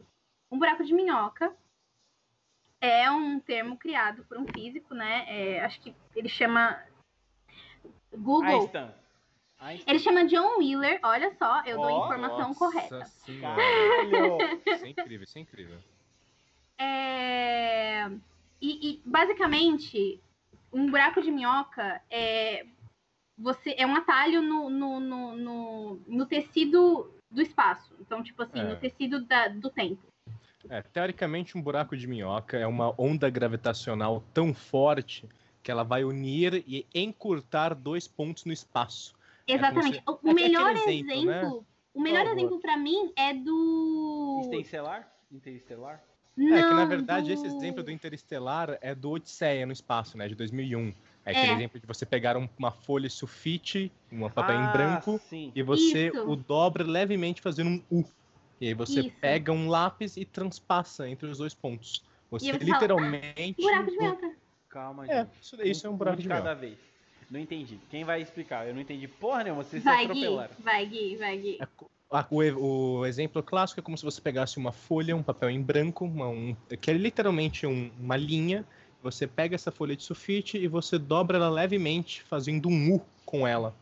um buraco de minhoca é um termo criado por um físico, né? É, acho que ele chama Ah, Google. Einstein. Ele Einstein. chama John Wheeler, olha só, eu dou Ó, a informação Nossa correta. senhora. Caralho! Isso é incrível, isso é incrível. É, E, e, basicamente, um buraco de minhoca é, você, é um atalho no, no, no, no, no tecido do espaço. Então, tipo assim, É. no tecido da- do tempo. É, teoricamente, um buraco de minhoca é uma onda gravitacional tão forte que ela vai unir e encurtar dois pontos no espaço. Exatamente. como O é melhor aquele exemplo, exemplo, né? o melhor Por favor. exemplo para mim é do Interestelar? Interestelar? é que, na Não, verdade, esse do- exemplo do Interestelar é do Odisseia no Espaço, né, de 2001. É. É aquele exemplo de você pegar um- uma folha sulfite, um papel em branco, Ah, Sim. E você Ah, Isso. o dobra levemente fazendo um U. E aí você Isso. pega um lápis e transpassa entre os dois pontos. Você você fala, literalmente. "Ah, buraco de minhoca. Calma, É, gente. isso, isso é um buraco de cada minhoca. vez. Não entendi. Quem vai explicar? Eu não entendi porra nenhuma, vocês se Vai, Gui, atropelaram. vai, Gui, vai, Gui. Ah, O, e- o exemplo clássico é como se você pegasse uma folha, um papel em branco, uma, um, que é literalmente um- uma linha. Você pega essa folha de sulfite e você dobra ela levemente, fazendo um U com ela.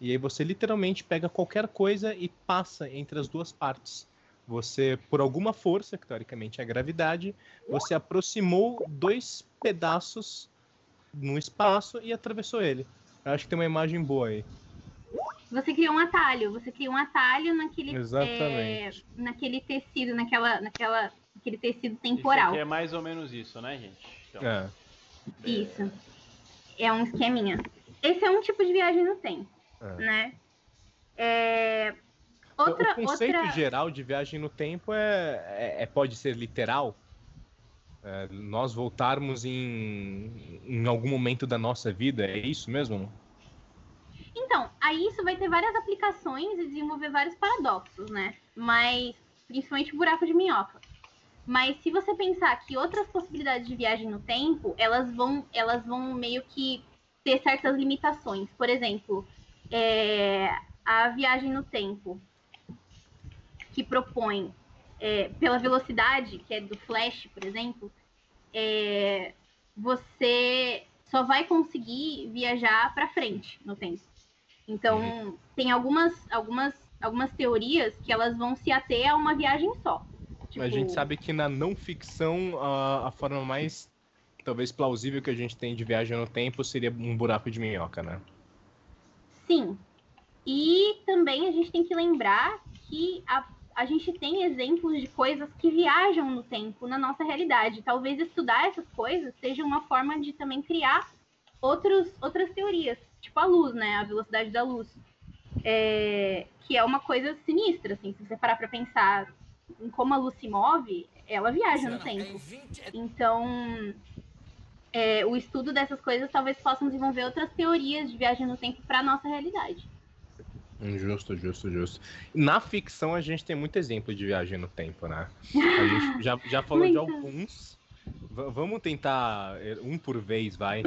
E aí você literalmente pega qualquer coisa e passa entre as duas partes. Você, por alguma força, que teoricamente é a gravidade, você aproximou dois pedaços no espaço e atravessou ele. Eu acho que tem uma imagem boa aí. Você cria um atalho, você cria um atalho naquele, Exatamente. é, naquele tecido, naquela, naquela, naquele tecido Isso temporal. aqui é mais ou menos isso, né, gente? Então, É. Isso. É um esqueminha. Esse é um tipo de viagem no tempo, É. né? É, O- Outra, o conceito outra... geral de viagem no tempo é, é- é- pode ser literal. É, nós voltarmos em, em algum momento da nossa vida, é isso mesmo? então, Aí isso vai ter várias aplicações e desenvolver vários paradoxos, né? Mas, principalmente buraco de minhoca. Mas se você pensar que outras possibilidades de viagem no tempo, elas vão, elas vão meio que ter certas limitações. Por exemplo, é, a viagem no tempo que propõe é, pela velocidade, que é do Flash, por exemplo, é, você só vai conseguir viajar para frente no tempo. Uhum. Então, tem algumas, algumas, algumas teorias que elas vão se ater a uma viagem só. Tipo Mas a gente sabe que na não ficção, a, a forma mais talvez plausível que a gente tem de viagem no tempo seria um buraco de minhoca, né? Sim. E também a gente tem que lembrar que a, a gente tem exemplos de coisas que viajam no tempo, na nossa realidade. Talvez estudar essas coisas seja uma forma de também criar outros, outras teorias, tipo a luz, né? A velocidade da luz. É, que é uma coisa sinistra, assim, se você parar pra pensar em como a luz se move, ela viaja no tempo. Então, é, o estudo dessas coisas talvez possam desenvolver outras teorias de viagem no tempo para nossa realidade. Justo, justo, justo. Na ficção a gente tem muito exemplo de viagem no tempo, né? A gente já, já falou de Muito. alguns. V- vamos tentar eh, um por vez, vai.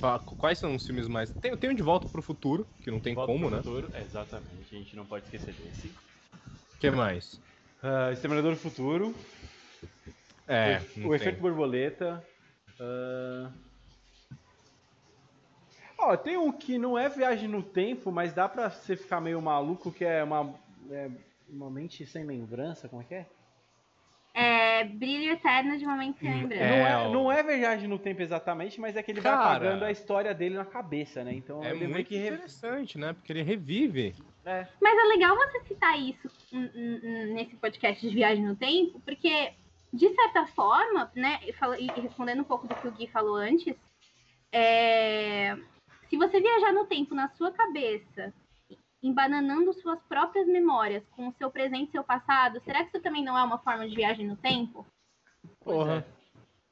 Fa- Quais são os filmes mais. Tem, tem o De Volta pro Futuro, que não tem Volta como, pro né? Futuro, Exatamente, a gente não pode esquecer desse. O que mais? Ah, Exterminador do Futuro. É, o, não o tem. efeito borboleta. ah. Ó, tem um que não é viagem no tempo, mas dá pra você ficar meio maluco, que é uma, é uma mente sem lembrança, como é que é? É, brilho eterno de uma mente Hum, sem lembrança. não, é, o- não é viagem no tempo exatamente, mas é que ele vai Cara. apagando a história dele na cabeça, né? Então É ele meio muito que re- interessante, né? Porque ele revive. é. Mas é legal você citar isso n- n- n- nesse podcast de viagem no tempo, porque, de certa forma, né, e fala- e respondendo um pouco do que o Gui falou antes, é, se você viajar no tempo na sua cabeça, embananando suas próprias memórias com o seu presente e seu passado, será que isso também não é uma forma de viagem no tempo? Pois Porra. é.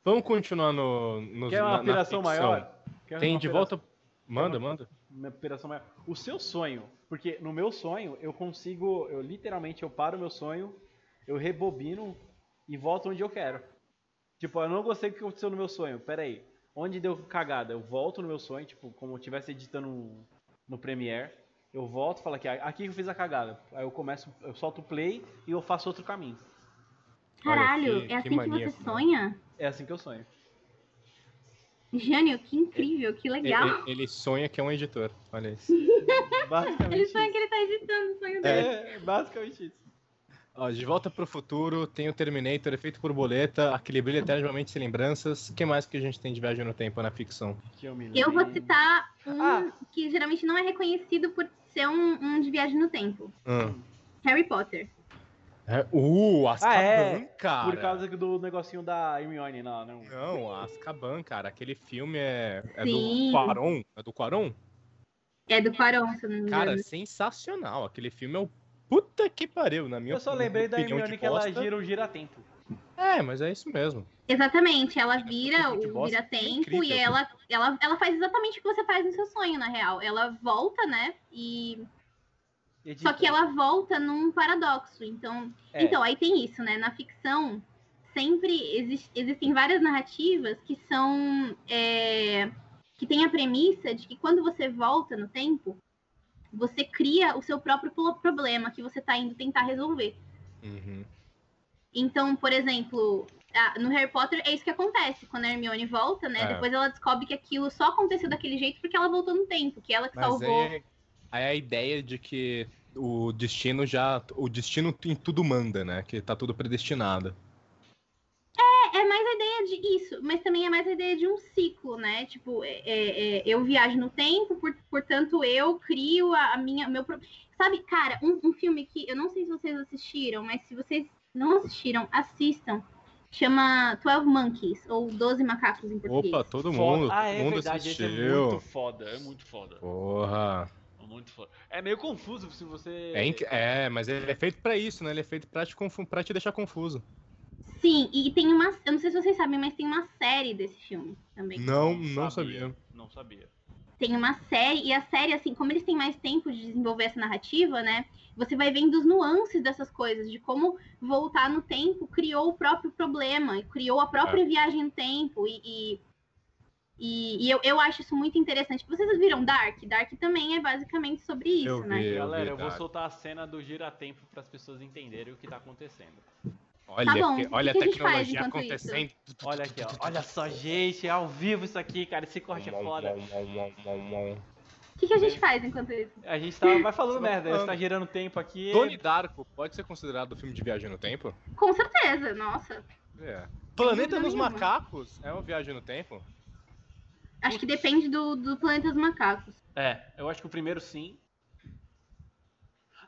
Vamos continuar no. Nos, Quer uma na- na ficção. apelação maior? Quer Tem uma de apelação- volta. Manda, manda. minha operação maior. O seu sonho, porque no meu sonho eu consigo, eu literalmente eu paro o meu sonho, eu rebobino e volto onde eu quero. Tipo, eu não gostei do que aconteceu no meu sonho. Pera aí, onde deu cagada? Eu volto no meu sonho, tipo, como eu estivesse editando um- no Premiere, eu volto e falo aqui, ah, aqui que eu fiz a cagada. Aí eu começo, eu solto o play e eu faço outro caminho. Olha, Caralho, que- é que assim que, maníaco, você né? sonha? É assim que eu sonho. Jânio, que incrível, que Ele, legal. ele- ele sonha que é um editor. Olha isso. é Basicamente. Ele sonha isso. que ele tá editando o sonho dele. É, basicamente isso. Ó, de volta pro futuro, tem o Terminator, efeito borboleta, aquele brilho eterno de uma mente sem lembranças. O que mais que a gente tem de viagem no tempo na ficção? Que eu me Eu vou lembro. citar um Ah. que geralmente não é reconhecido por ser um, um de viagem no tempo. Hum. Harry Potter. É, uh, Azkaban, Ah, é, cara. Por causa do negocinho da Hermione lá, né? não. Não, Azkaban, cara. Aquele filme é, é do Sim. Quaron. É do Quaron? É do Quaron, se eu não me engano. Cara, sensacional. Aquele filme é o puta que pariu, na minha Eu só lembrei da opinião de Hermione que ela bosta. gira o giratempo. É, mas é isso mesmo. Exatamente, ela vira filme é de o bosta, vira-tempo incrível. assim. e ela, ela, ela faz exatamente o que você faz no seu sonho, na real. Ela volta, né? E... Edita. Só que Tipo- ela volta num paradoxo. Então, É, Então, aí tem isso, né? Na ficção, sempre exis- existem várias narrativas que são. é, que tem a premissa de que quando você volta no tempo, você cria o seu próprio pro- problema que você tá indo tentar resolver. Uhum. Então, por exemplo, a- no Harry Potter é isso que acontece. Quando a Hermione volta, né? É. Depois ela descobre que aquilo só aconteceu daquele jeito porque ela voltou no tempo, que ela que Mas Tá é salvou. aí, aí a ideia de que o destino já. O destino em tudo manda, né? Que tá tudo predestinado. é mais a ideia de isso, mas também é mais a ideia de um ciclo, né? Tipo, é- é- é, eu viajo no tempo, por- portanto eu crio a, a minha. Meu, pro- sabe, cara, um, um filme que eu não sei se vocês assistiram, mas se vocês não assistiram, assistam. Chama 12 Monkeys, ou 12 Macacos em português. Opa, todo Foda. mundo. Ah, todo é mundo verdade, esse é assistiu. muito foda, é muito foda. Porra. É Muito foda. É meio confuso se você. É, inc- é, mas ele é feito pra isso, né? Ele é feito pra te, confu- pra te deixar confuso. Sim, e tem uma. Eu não sei se vocês sabem, mas tem uma série desse filme também. Não, não sabia. sabia. Não sabia. tem uma série, e a série, assim, como eles têm mais tempo de desenvolver essa narrativa, né? Você vai vendo os nuances dessas coisas, de como voltar no tempo criou o próprio problema, e criou a própria É. viagem no tempo, e. e... e- e eu, eu acho isso muito interessante. Vocês viram Dark? Dark também é basicamente sobre isso, Eu né? vi, tá. eu Galera, vi, eu vou cara. soltar a cena do giratempo para as pessoas entenderem o que tá acontecendo. Olha, Tá bom, que- o que olha que a a gente faz tecnologia enquanto acontecendo. Olha aqui, ó. Olha só, gente, é ao vivo isso aqui, cara. Esse corte é Mom, foda. mom, mom, mom, mom, mom. O que, que a gente faz enquanto isso? A gente tá, vai falando Você tá merda, a gente falando. tá girando tempo aqui. é Donnie Darko pode ser considerado filme de viagem no tempo? Com certeza, nossa. É. Planeta dúvida dos nenhuma. Macacos é uma viagem no tempo? Acho que depende do, do Planeta dos Macacos. É, eu acho que o primeiro sim.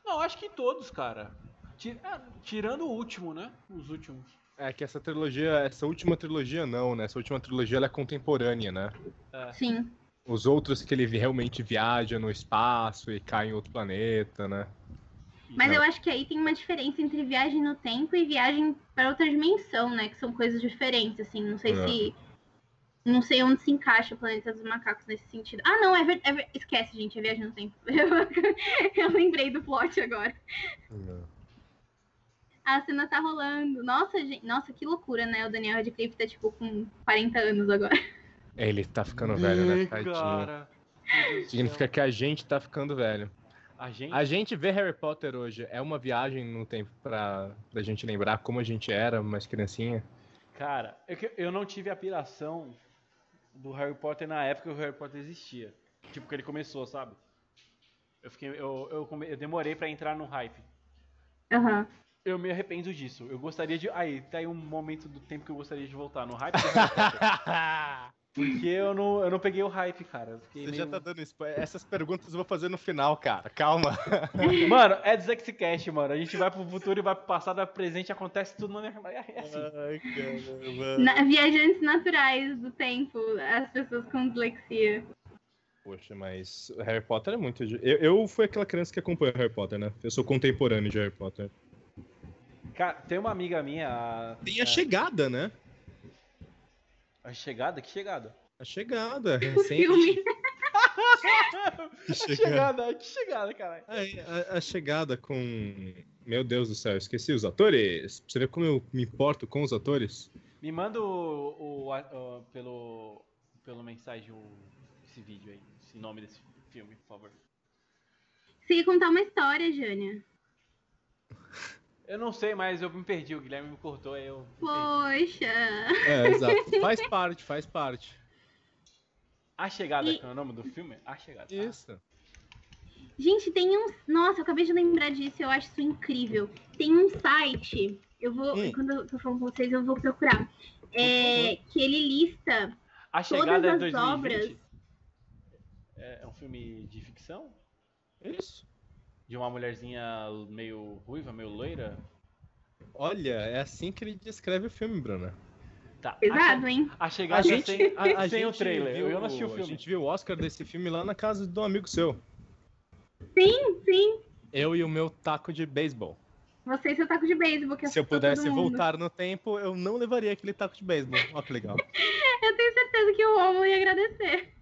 Não, eu acho que todos, cara. Ti- ah, Tirando o último, né? Os últimos. É que essa trilogia, essa última trilogia não, né? Essa última trilogia ela é contemporânea, né? Sim. Os outros que ele realmente viaja no espaço e cai em outro planeta, né? Mas Não. eu acho que aí tem uma diferença entre viagem no tempo e viagem para outra dimensão, né? Que são coisas diferentes, assim. Não sei É. se. Não sei onde se encaixa o Planeta dos Macacos nesse sentido. Ah, não, é verdade. Esquece, gente, é viagem no tempo. eu lembrei do plot agora. Não. A cena tá rolando. Nossa, gente. Nossa, que loucura, né? O Daniel Radcliffe tá, tipo, com 40 anos agora. Ele tá ficando velho, né? Ih, Tadinho. cara. Meu Deus do Significa céu. que a gente tá ficando velho. A gente. A gente vê Harry Potter hoje é uma viagem no tempo pra, pra gente lembrar como a gente era mais criancinha. Cara, eu, que- eu não tive a piração do Harry Potter na época que o Harry Potter existia. Tipo, que ele começou, sabe? Eu, fiquei, eu, eu, come- eu demorei pra entrar no hype. Aham. Eu me arrependo disso. Eu gostaria de. Aí, tá aí um momento do tempo que eu gostaria de voltar no hype do Harry Potter. Porque eu não, eu não peguei o hype, cara. Eu fiquei Você já meio- tá dando spoiler. Essas perguntas eu vou fazer no final, cara. Calma. Mano, é DZXCast, mano. A gente vai pro futuro e vai pro passado, vai pro presente, acontece tudo na minha. É assim. Ai, caramba. Na- viajantes naturais do tempo, as pessoas com dislexia. Poxa, mas Harry Potter é muito. de- Eu, eu fui aquela criança que acompanha Harry Potter, né? Eu sou contemporâneo de Harry Potter. Cara, tem uma amiga minha, a, Tem a chegada, né? a chegada? Que chegada? A chegada. Filme. A Que chegada, que chegada, caralho. É, A, a chegada com. Meu Deus do céu, eu esqueci os atores. Pra você ver como eu me importo com os atores. Me manda o, o- a- o- pelo, pelo mensagem o, esse vídeo aí, esse nome desse filme, por favor. Você ia contar uma história, Jânia. Eu não sei, mas eu me perdi, o Guilherme me cortou, aí eu. me perdi. Poxa. É, exato. faz parte, faz parte. A Chegada, E- que é o nome do filme? A Chegada. Ah, Isso. Gente, tem um. Nossa, eu acabei de lembrar disso, eu acho isso incrível. Tem um site. Eu vou. Hum. Quando eu tô falando com vocês, eu vou procurar. É, que ele lista A todas Chegada é as 2020? obras. É, é um filme de ficção? Isso. De uma mulherzinha meio ruiva, meio loira? Olha, é assim que ele descreve o filme, Bruna. Tá. a, Pesado, che- hein? a chegada sem, sem o trailer. viu- eu não assisti o A filme. gente viu o Oscar desse filme lá na casa do amigo seu. Sim, Eu e o meu taco de beisebol. você e seu taco de beisebol que Se eu assustou pudesse todo mundo. voltar no tempo, eu não levaria aquele taco de beisebol. Olha que legal. É, Eu tenho certeza que o Romulo ia agradecer.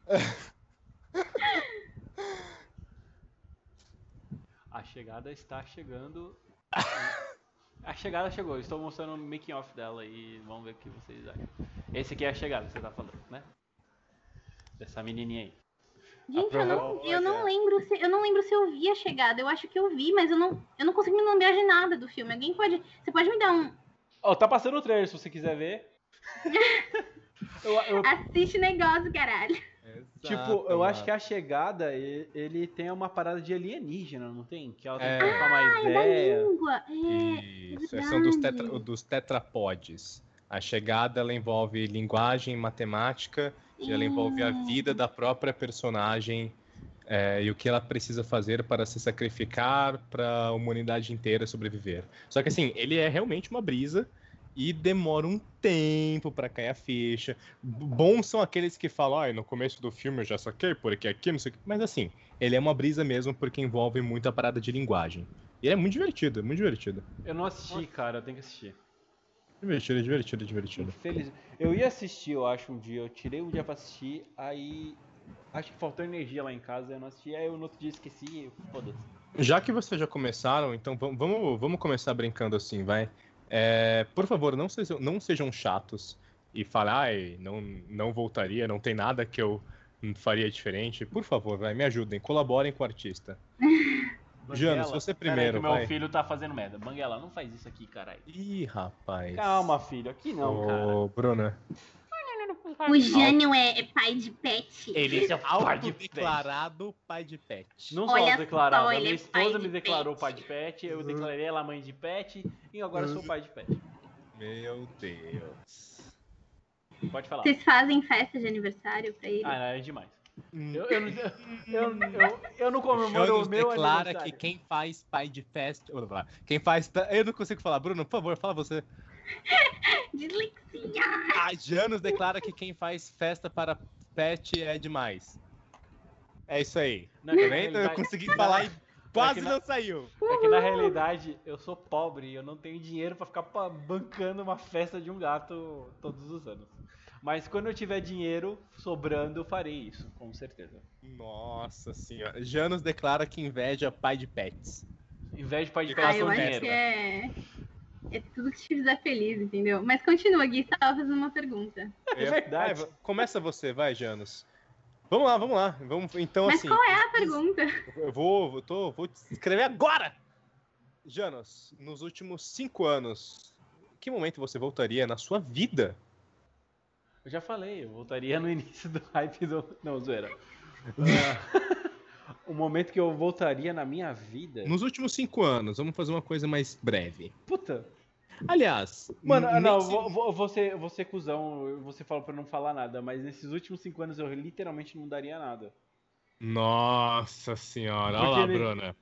A chegada está chegando. a chegada chegou. Estou mostrando o making off dela e vamos ver o que vocês acham. Esse aqui é a chegada que você tá falando, né? Dessa menininha aí. Gente, eu não, eu não Olha. lembro se eu não lembro se eu vi a chegada. Eu acho que eu vi, mas eu não, eu não consigo me lembrar de nada do filme. Alguém pode. Você pode me dar um, Ó, tá passando o trailer se você quiser ver. eu, eu- Assiste negócio, caralho. tipo, eu acho que a chegada e- ele tem uma parada de alienígena, não tem? Que ela tem É. que trocar uma É da ideia. língua. É. Isso, são dos, verdade. tetra- dos tetrapodes. A chegada ela envolve linguagem, matemática, e ela É. envolve a vida da própria personagem é, e o que ela precisa fazer para se sacrificar para a humanidade inteira sobreviver. Só que assim, ele é realmente uma brisa e demora um tempo para cair a ficha. B- Bons são aqueles que falam, "Ai, no começo do filme eu já saquei, porque aqui, não sei o que. Mas assim, ele é uma brisa mesmo porque envolve muita parada de linguagem. E é muito divertido, é muito divertido. Eu não assisti, cara, eu tenho que assistir. Divertido, divertido, divertido. Infelizmente. Eu ia assistir, eu acho, um dia. Eu tirei um dia pra assistir, aí Acho que faltou energia lá em casa, eu não assisti, aí eu no outro dia esqueci e eu- foda-se. Já que vocês já começaram, então vam- vamos, vamos começar brincando assim, vai. É, por favor, não sejam, não sejam chatos e falem, ai, não, não voltaria, não tem nada que eu faria diferente. Por favor, vai, me ajudem, colaborem com o artista. Janos, Banguela, você pera aí primeiro, que meu vai. filho tá fazendo merda. Banguela, não faz isso aqui, caralho. Ih, rapaz. Calma, filho, aqui não, cara. Ô, Bruna. O Jânio é, é pai de pet. Ele é o pai de pet. Declarado pai de pet. Não sou Olha declarado. só, a ele minha é pai esposa de me declarou pai de pet, Hum. eu declarei ela mãe de pet e agora sou pai de pet. Meu Deus. Pode falar. Vocês fazem festa de aniversário pra ele? Ah, não, é demais. Hum. Eu, eu, não- eu, eu, eu não comemoro Jonas o meu declara aniversário. que quem faz pai de festa. Blá, blá, blá. Quem faz. ta- Eu não consigo falar, Bruno, por favor, fala você. é. Dislexia! Ah, Janos declara que quem faz festa para pet é demais. É isso aí. Não, é que Tá na vendo? Eu realidade- consegui falar e quase na- não saiu. É que na realidade eu sou pobre e eu não tenho dinheiro pra ficar pa- bancando uma festa de um gato todos os anos. Mas quando eu tiver dinheiro sobrando, eu farei isso, com certeza. Nossa senhora. Janos declara que inveja pai de pets. Em vez de pai de Ah, pet, eu eu acho dinheiro. né? que é. É tudo que te fizer feliz, entendeu? Mas continua, Gui, você tava fazendo uma pergunta. É verdade. começa você, vai, Janos. Vamos lá, vamos lá. Vamos, então, Mas assim. qual é a pergunta? Eu vou, eu tô, vou te escrever agora! Janos, nos últimos cinco anos, que momento você voltaria na sua vida? Eu já falei, eu voltaria no início do hype do. Não, zoeira. Ah, o momento que eu voltaria na minha vida. Nos últimos cinco anos, vamos fazer uma coisa mais breve. Puta! Aliás, Mano, ah, nem não, se- vou, vou, vou ser, vou ser cuzão, você falou pra eu não falar nada, mas nesses últimos cinco anos eu literalmente não daria nada. Nossa senhora, olha Porque lá, ele- Bruna.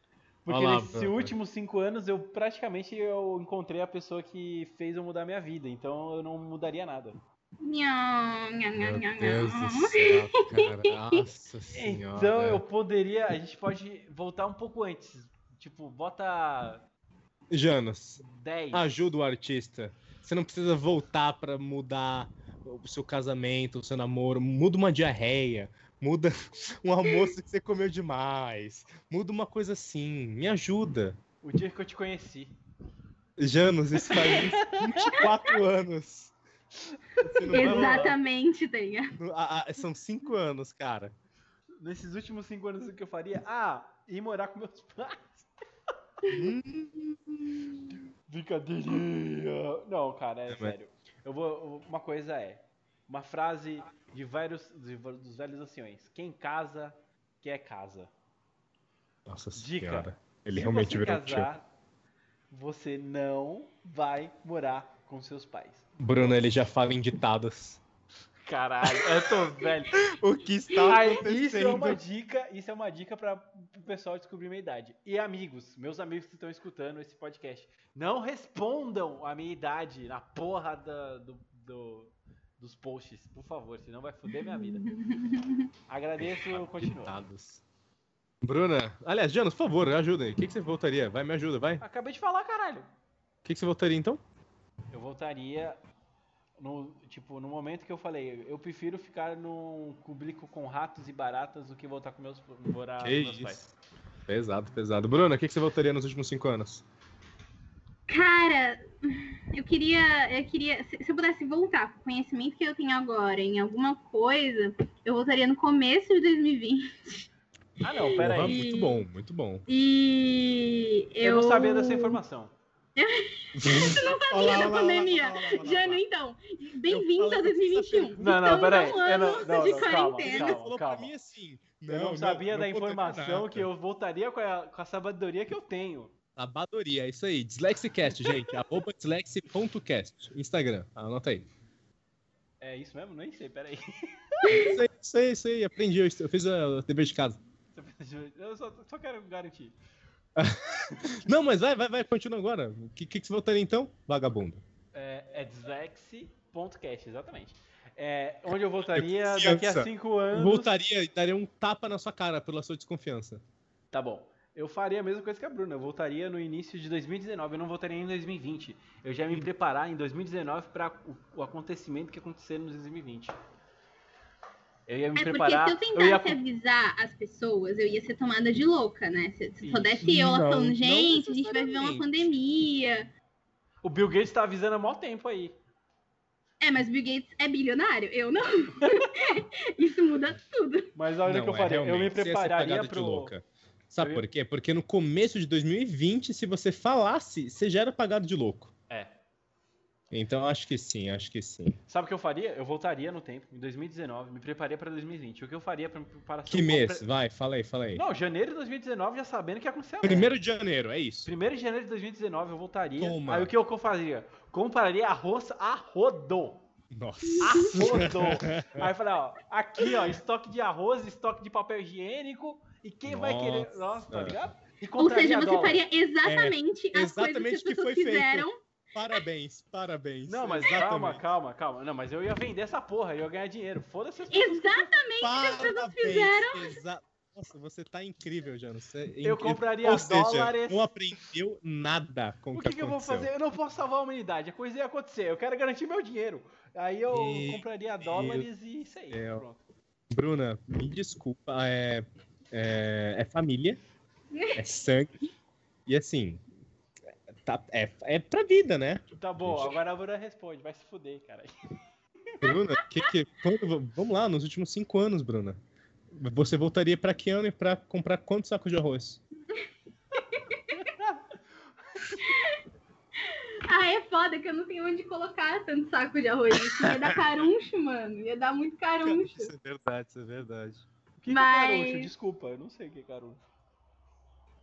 Porque Olha lá, nesses Bruno. últimos cinco anos eu praticamente eu encontrei a pessoa que fez eu mudar minha vida, então eu não mudaria nada. Nham, nham, nham, nham, nham. céu, cara. Nossa Então eu poderia, a gente pode voltar um pouco antes. Tipo, bota Janos, 10. ajuda o artista. Você não precisa voltar pra mudar o seu casamento, o seu namoro. Muda uma diarreia, muda um almoço que você comeu demais, muda uma coisa assim. Me ajuda. O dia que eu te conheci. Janos, isso faz uns 24 anos. Você não vai mudar. Exatamente, tá ligado? No- a- a- são 5 anos, cara. Nesses últimos cinco anos o que eu faria? Ah, ir morar com meus pais. Brincadeirinha. Não, cara, é mas- sério. Eu vou. Uma coisa é. Uma frase de vários. de- dos velhos anciões. Quem casa, quer casa. Nossa Dica. senhora. Ele Se realmente você virou um tio. casar, Você não vai morar com seus pais. Bruno, ele já fala em ditados. Caralho, eu tô velho. O que está Aí, acontecendo? isso é uma dica, isso é uma dica para o pessoal descobrir minha idade. E amigos, meus amigos que estão escutando esse podcast, não respondam a minha idade na porra da- do, do- dos posts, por favor, senão vai foder minha vida. Agradeço, eu continuo. Ditados. Bruna, aliás, Janos, por favor, ajuda aí. O que, que você voltaria? Vai, me ajuda, vai. Acabei de falar, caralho. O que, que você voltaria então? Eu voltaria no tipo no momento que eu falei, eu prefiro ficar num público com ratos e baratas do que voltar com meus morar com Que Ah, meus pais. isso. Pesado, pesado. Bruna, o que, que você voltaria nos últimos 5 anos? Cara, eu queria. Eu queria. Se, se eu pudesse voltar com o conhecimento que eu tenho agora em alguma coisa, eu voltaria no começo de 2020. Ah não, Porra, peraí. muito bom, muito bom. E eu. Eu não sabia dessa informação. na pandemia. Jânio, então, bem-vindo a 2021. Não, não, Estamos há um peraí. Eu não- ano não, de não, calma, quarentena. É, Ele falou pra calma. mim assim. Eu não, sabia da informação que eu voltaria com a, com a sabedoria que eu tenho. Sabadoria, é isso aí. Dislexicast, gente. arroba dislexi.cast. Instagram, anota aí. É isso mesmo? Nem sei, peraí. Isso aí, isso aí, isso aí. Aprendi, eu, eu fiz a- o dever de casa. Eu só, só quero garantir. Não, mas vai, vai, vai, continua agora. O que, que, que você votaria então, vagabundo? É, é dislexi.cast, exatamente. É, onde eu voltaria Confiança. daqui a cinco anos. Voltaria e daria um tapa na sua cara pela sua desconfiança. Tá bom. Eu faria a mesma coisa que a Bruna. Eu voltaria no início de 2019. Eu não voltaria em 2020. Eu já ia me preparar em 2019 para o, o acontecimento que aconteceu no 2020. Eu ia me É porque preparar. se eu eu ia tentasse avisar as pessoas, eu ia ser tomada de louca, né? Se, se só Isso. desse eu lá Não, não falando, gente, a gente vai viver necessariamente. uma pandemia. O Bill Gates tá avisando há maior tempo aí. É, mas Bill Gates é bilionário, eu não. Isso muda tudo. Mas olha Não, o que eu é, faria. eu me realmente, você ia ser prepararia pagado de pro. louca. Sabe Eu ia- por quê? Porque no começo de 2020, se você falasse, você já era pagado de louco. É. Então acho que sim, acho que sim. Sabe o que eu faria? Eu voltaria no tempo, em 2019, me prepararia pra 2020. O que eu faria pra me preparar? Que mês? Vai, fala aí, fala aí. Não, janeiro de 2019 já sabendo o que ia acontecer agora. Primeiro de janeiro, é isso. Primeiro de janeiro de 2019 eu voltaria. Toma. Aí o que eu faria? Compraria a roça a rodo. Nossa. Arrodou. Aí eu falei, ó, aqui, ó, estoque de arroz, estoque de papel higiênico. E quem vai Nossa. querer. Nossa, tá ligado? E Ou seja, compraria você dólar. faria exatamente É, as exatamente coisas que que as pessoas foi feito. fizeram. Parabéns, parabéns. Não, mas calma, Exatamente. calma, calma. Não, mas eu ia vender essa porra, eu ia ganhar dinheiro. Foda-se. as pessoas. Exatamente o que as pessoas Parabéns, fizeram. exa- Nossa, você tá incrível, Jano. Você é Eu incrível. compraria Ou seja, dólares. não aprendeu nada com o é- O que, que, que eu vou aconteceu. fazer? Eu não posso salvar a humanidade. A coisa ia acontecer. Eu quero garantir meu dinheiro. Aí eu Meu compraria dólares e isso aí. céu. Pronto. Bruna, me desculpa, é, é, é família, é sangue, e assim, tá- é, é pra vida, né? Tá bom, agora a Bruna responde. Vai se fuder, cara. Bruna, que, que, quando- vamos lá, nos últimos cinco anos, Bruna, você voltaria pra que ano e pra comprar quantos sacos de arroz? Ah, é foda que eu não tenho onde colocar tanto saco de arroz. Isso ia dar caruncho, mano. Ia dar muito caruncho. é verdade, isso é verdade. O que, que é Mas- carucho? Desculpa, eu não sei o que é carucho.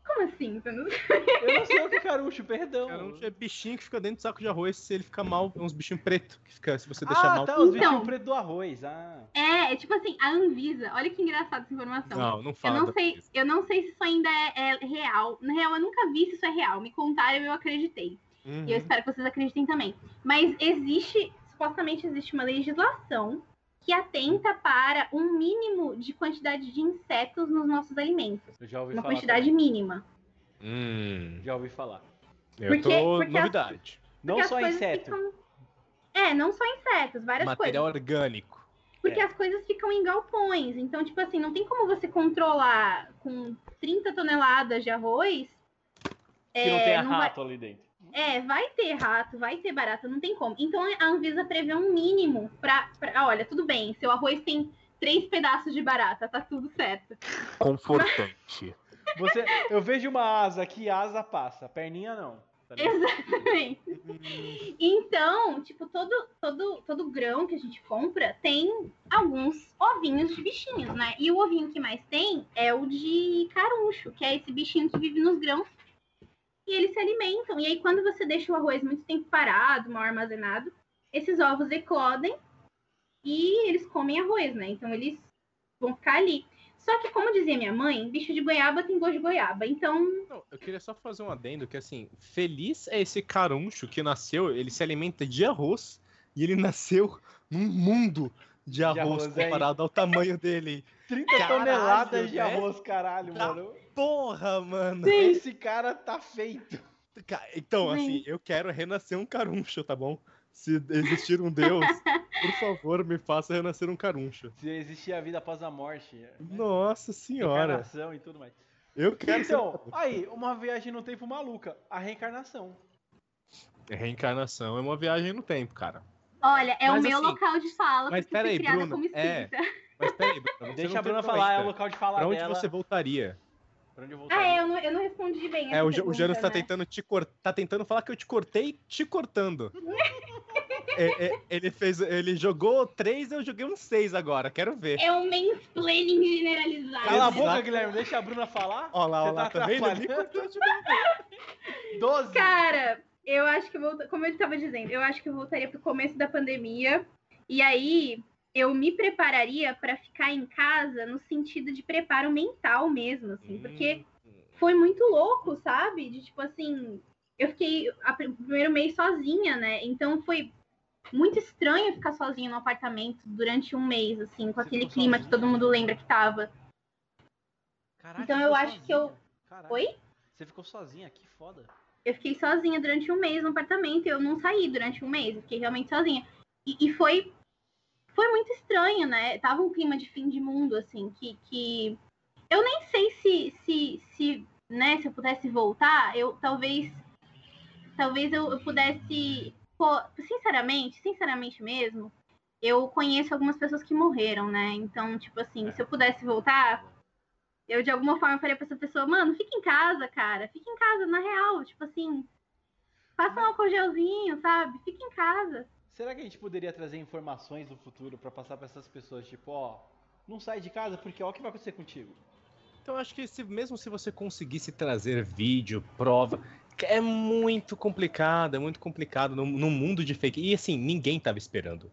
Como assim? Você não- Eu não sei o que é carucho, perdão. Caruncho é bichinho que fica dentro do saco de arroz, se ele ficar mal, é uns bichinhos pretos que fica, se você deixar Ah, mal. tá, os Então. bichinhos pretos do arroz. Ah. É, é tipo assim, a Anvisa. Olha que engraçada essa informação. Não, não Eu fala. não, da- sei, eu não sei se isso ainda é, é real. Na real, eu nunca vi se isso é real. Me contaram e eu acreditei. Uhum. E eu espero que vocês acreditem também. Mas existe, supostamente existe uma legislação que atenta para um mínimo de quantidade de insetos nos nossos alimentos. Eu já ouvi Uma falar. quantidade também. mínima. Hum, Já ouvi falar. eu Porque- tô porque as- novidade. Não Porque as só coisas inseto. ficam- É, não só insetos, várias coisas. Material orgânico. Porque É. as coisas ficam em galpões. Então, tipo assim, não tem como você controlar com 30 toneladas de arroz. Que não é, tenha não vai- rato ali dentro. É, vai ter rato, vai ter barata, não tem como. Então a Anvisa prevê um mínimo pra. pra- olha, tudo bem, seu arroz tem três pedaços de barata, tá tudo certo. Confortante. Você, eu vejo uma asa aqui, a asa passa. Perninha não. tá ligado? Exatamente. Então, tipo, todo, todo, todo grão que a gente compra tem alguns ovinhos de bichinhos, né? E o ovinho que mais tem é o de caruncho, que é esse bichinho que vive nos grãos. E eles se alimentam. E aí, quando você deixa o arroz muito tempo parado, mal armazenado, esses ovos eclodem e eles comem arroz, né? Então, eles vão ficar ali. Só que, como dizia minha mãe, bicho de goiaba tem gosto de goiaba. Então, Não, eu queria só fazer um adendo que assim, feliz é esse caruncho que nasceu, ele se alimenta de arroz e ele nasceu num mundo de arroz arroz, é comparado ao tamanho dele. 30 Caralho, toneladas de né? arroz, caralho, Tá. mano. Porra, mano. Esse cara tá feito. Ca- Então, assim, eu quero renascer um caruncho, tá bom? Se existir um Deus, por favor, me faça renascer um caruncho. Se existir a vida após a morte. né? Nossa senhora, Reencarnação e tudo mais. eu quero Então, aí, uma viagem no tempo maluca. A reencarnação. ser... Reencarnação é uma viagem no tempo, cara. olha, é Mas, o meu assim, local de fala, mas porque eu fui peraí, criada Bruna, como é, espírita. Mas peraí, Bruna, você Deixa não a Bruna terminou falar, é o ainda. local de falar Pra onde dela. você voltaria? Pra onde eu voltar. Ah, é, eu não, eu não respondi bem. É, essa o, Ja- o pergunta, Janus tá né? tentando te cortar, tá tentando falar que eu te cortei te cortando. É, é, ele fez, ele jogou três, eu joguei um seis agora, quero ver. É um mansplaining generalizado. Cala a boca, Exato. Guilherme, deixa a Bruna falar. Ó lá, ó Você lá, tá também não me atrapalhando. cortou de novo. 12. Cara, eu acho que eu volta- como eu tava dizendo, eu acho que eu voltaria pro começo da pandemia. E aí eu me prepararia pra ficar em casa no sentido de preparo mental mesmo, Hum. assim, porque foi muito louco, sabe? De tipo assim, eu fiquei a pr- o primeiro mês sozinha, né? Então foi muito estranho ficar sozinha no apartamento durante um mês, assim, com Você aquele ficou clima que sozinha? todo mundo lembra que tava. Caraca, Então você eu ficou acho que eu- sozinha. Caraca. Oi? Você ficou sozinha, que foda. Eu fiquei sozinha durante um mês no apartamento. Eu não saí durante um mês. Eu fiquei realmente sozinha. E, e foi Foi muito estranho, né? Tava um clima de fim de mundo, assim, que. que... Eu nem sei se, se, se, né, se eu pudesse voltar, eu talvez. Talvez eu, eu pudesse. Pô, sinceramente, sinceramente mesmo, eu conheço algumas pessoas que morreram, né? Então, tipo assim, se eu pudesse voltar, eu de alguma forma faria pra essa pessoa, mano, fica em casa, cara, fica em casa, na real, tipo assim, faça um álcool gelzinho, sabe? Fica em casa. Será que a gente poderia trazer informações do futuro pra passar pra essas pessoas? Tipo, ó, não sai de casa porque ó o que vai acontecer contigo. Então acho que se- mesmo se você conseguisse trazer vídeo, prova, que é muito complicado, é muito complicado no, no mundo de fake. E assim, ninguém tava esperando.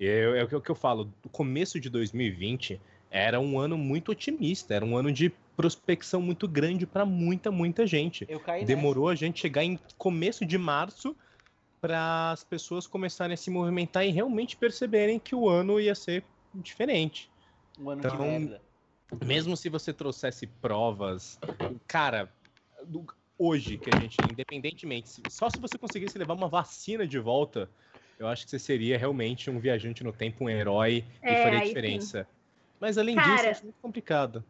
Eu- é o que, é o que eu falo, o começo de 2020 era um ano muito otimista, era um ano de prospecção muito grande para muita, muita gente. Eu caí nessa. Demorou a gente chegar em começo de março para as pessoas começarem a se movimentar e realmente perceberem que o ano ia ser diferente. Um ano de Então, merda. Mesmo se você trouxesse provas, cara, do- hoje que a gente, independentemente, se- só se você conseguisse levar uma vacina de volta, eu acho que você seria realmente um viajante no tempo, um herói É, e faria aí diferença. Mas além Cara, disso, é muito complicado.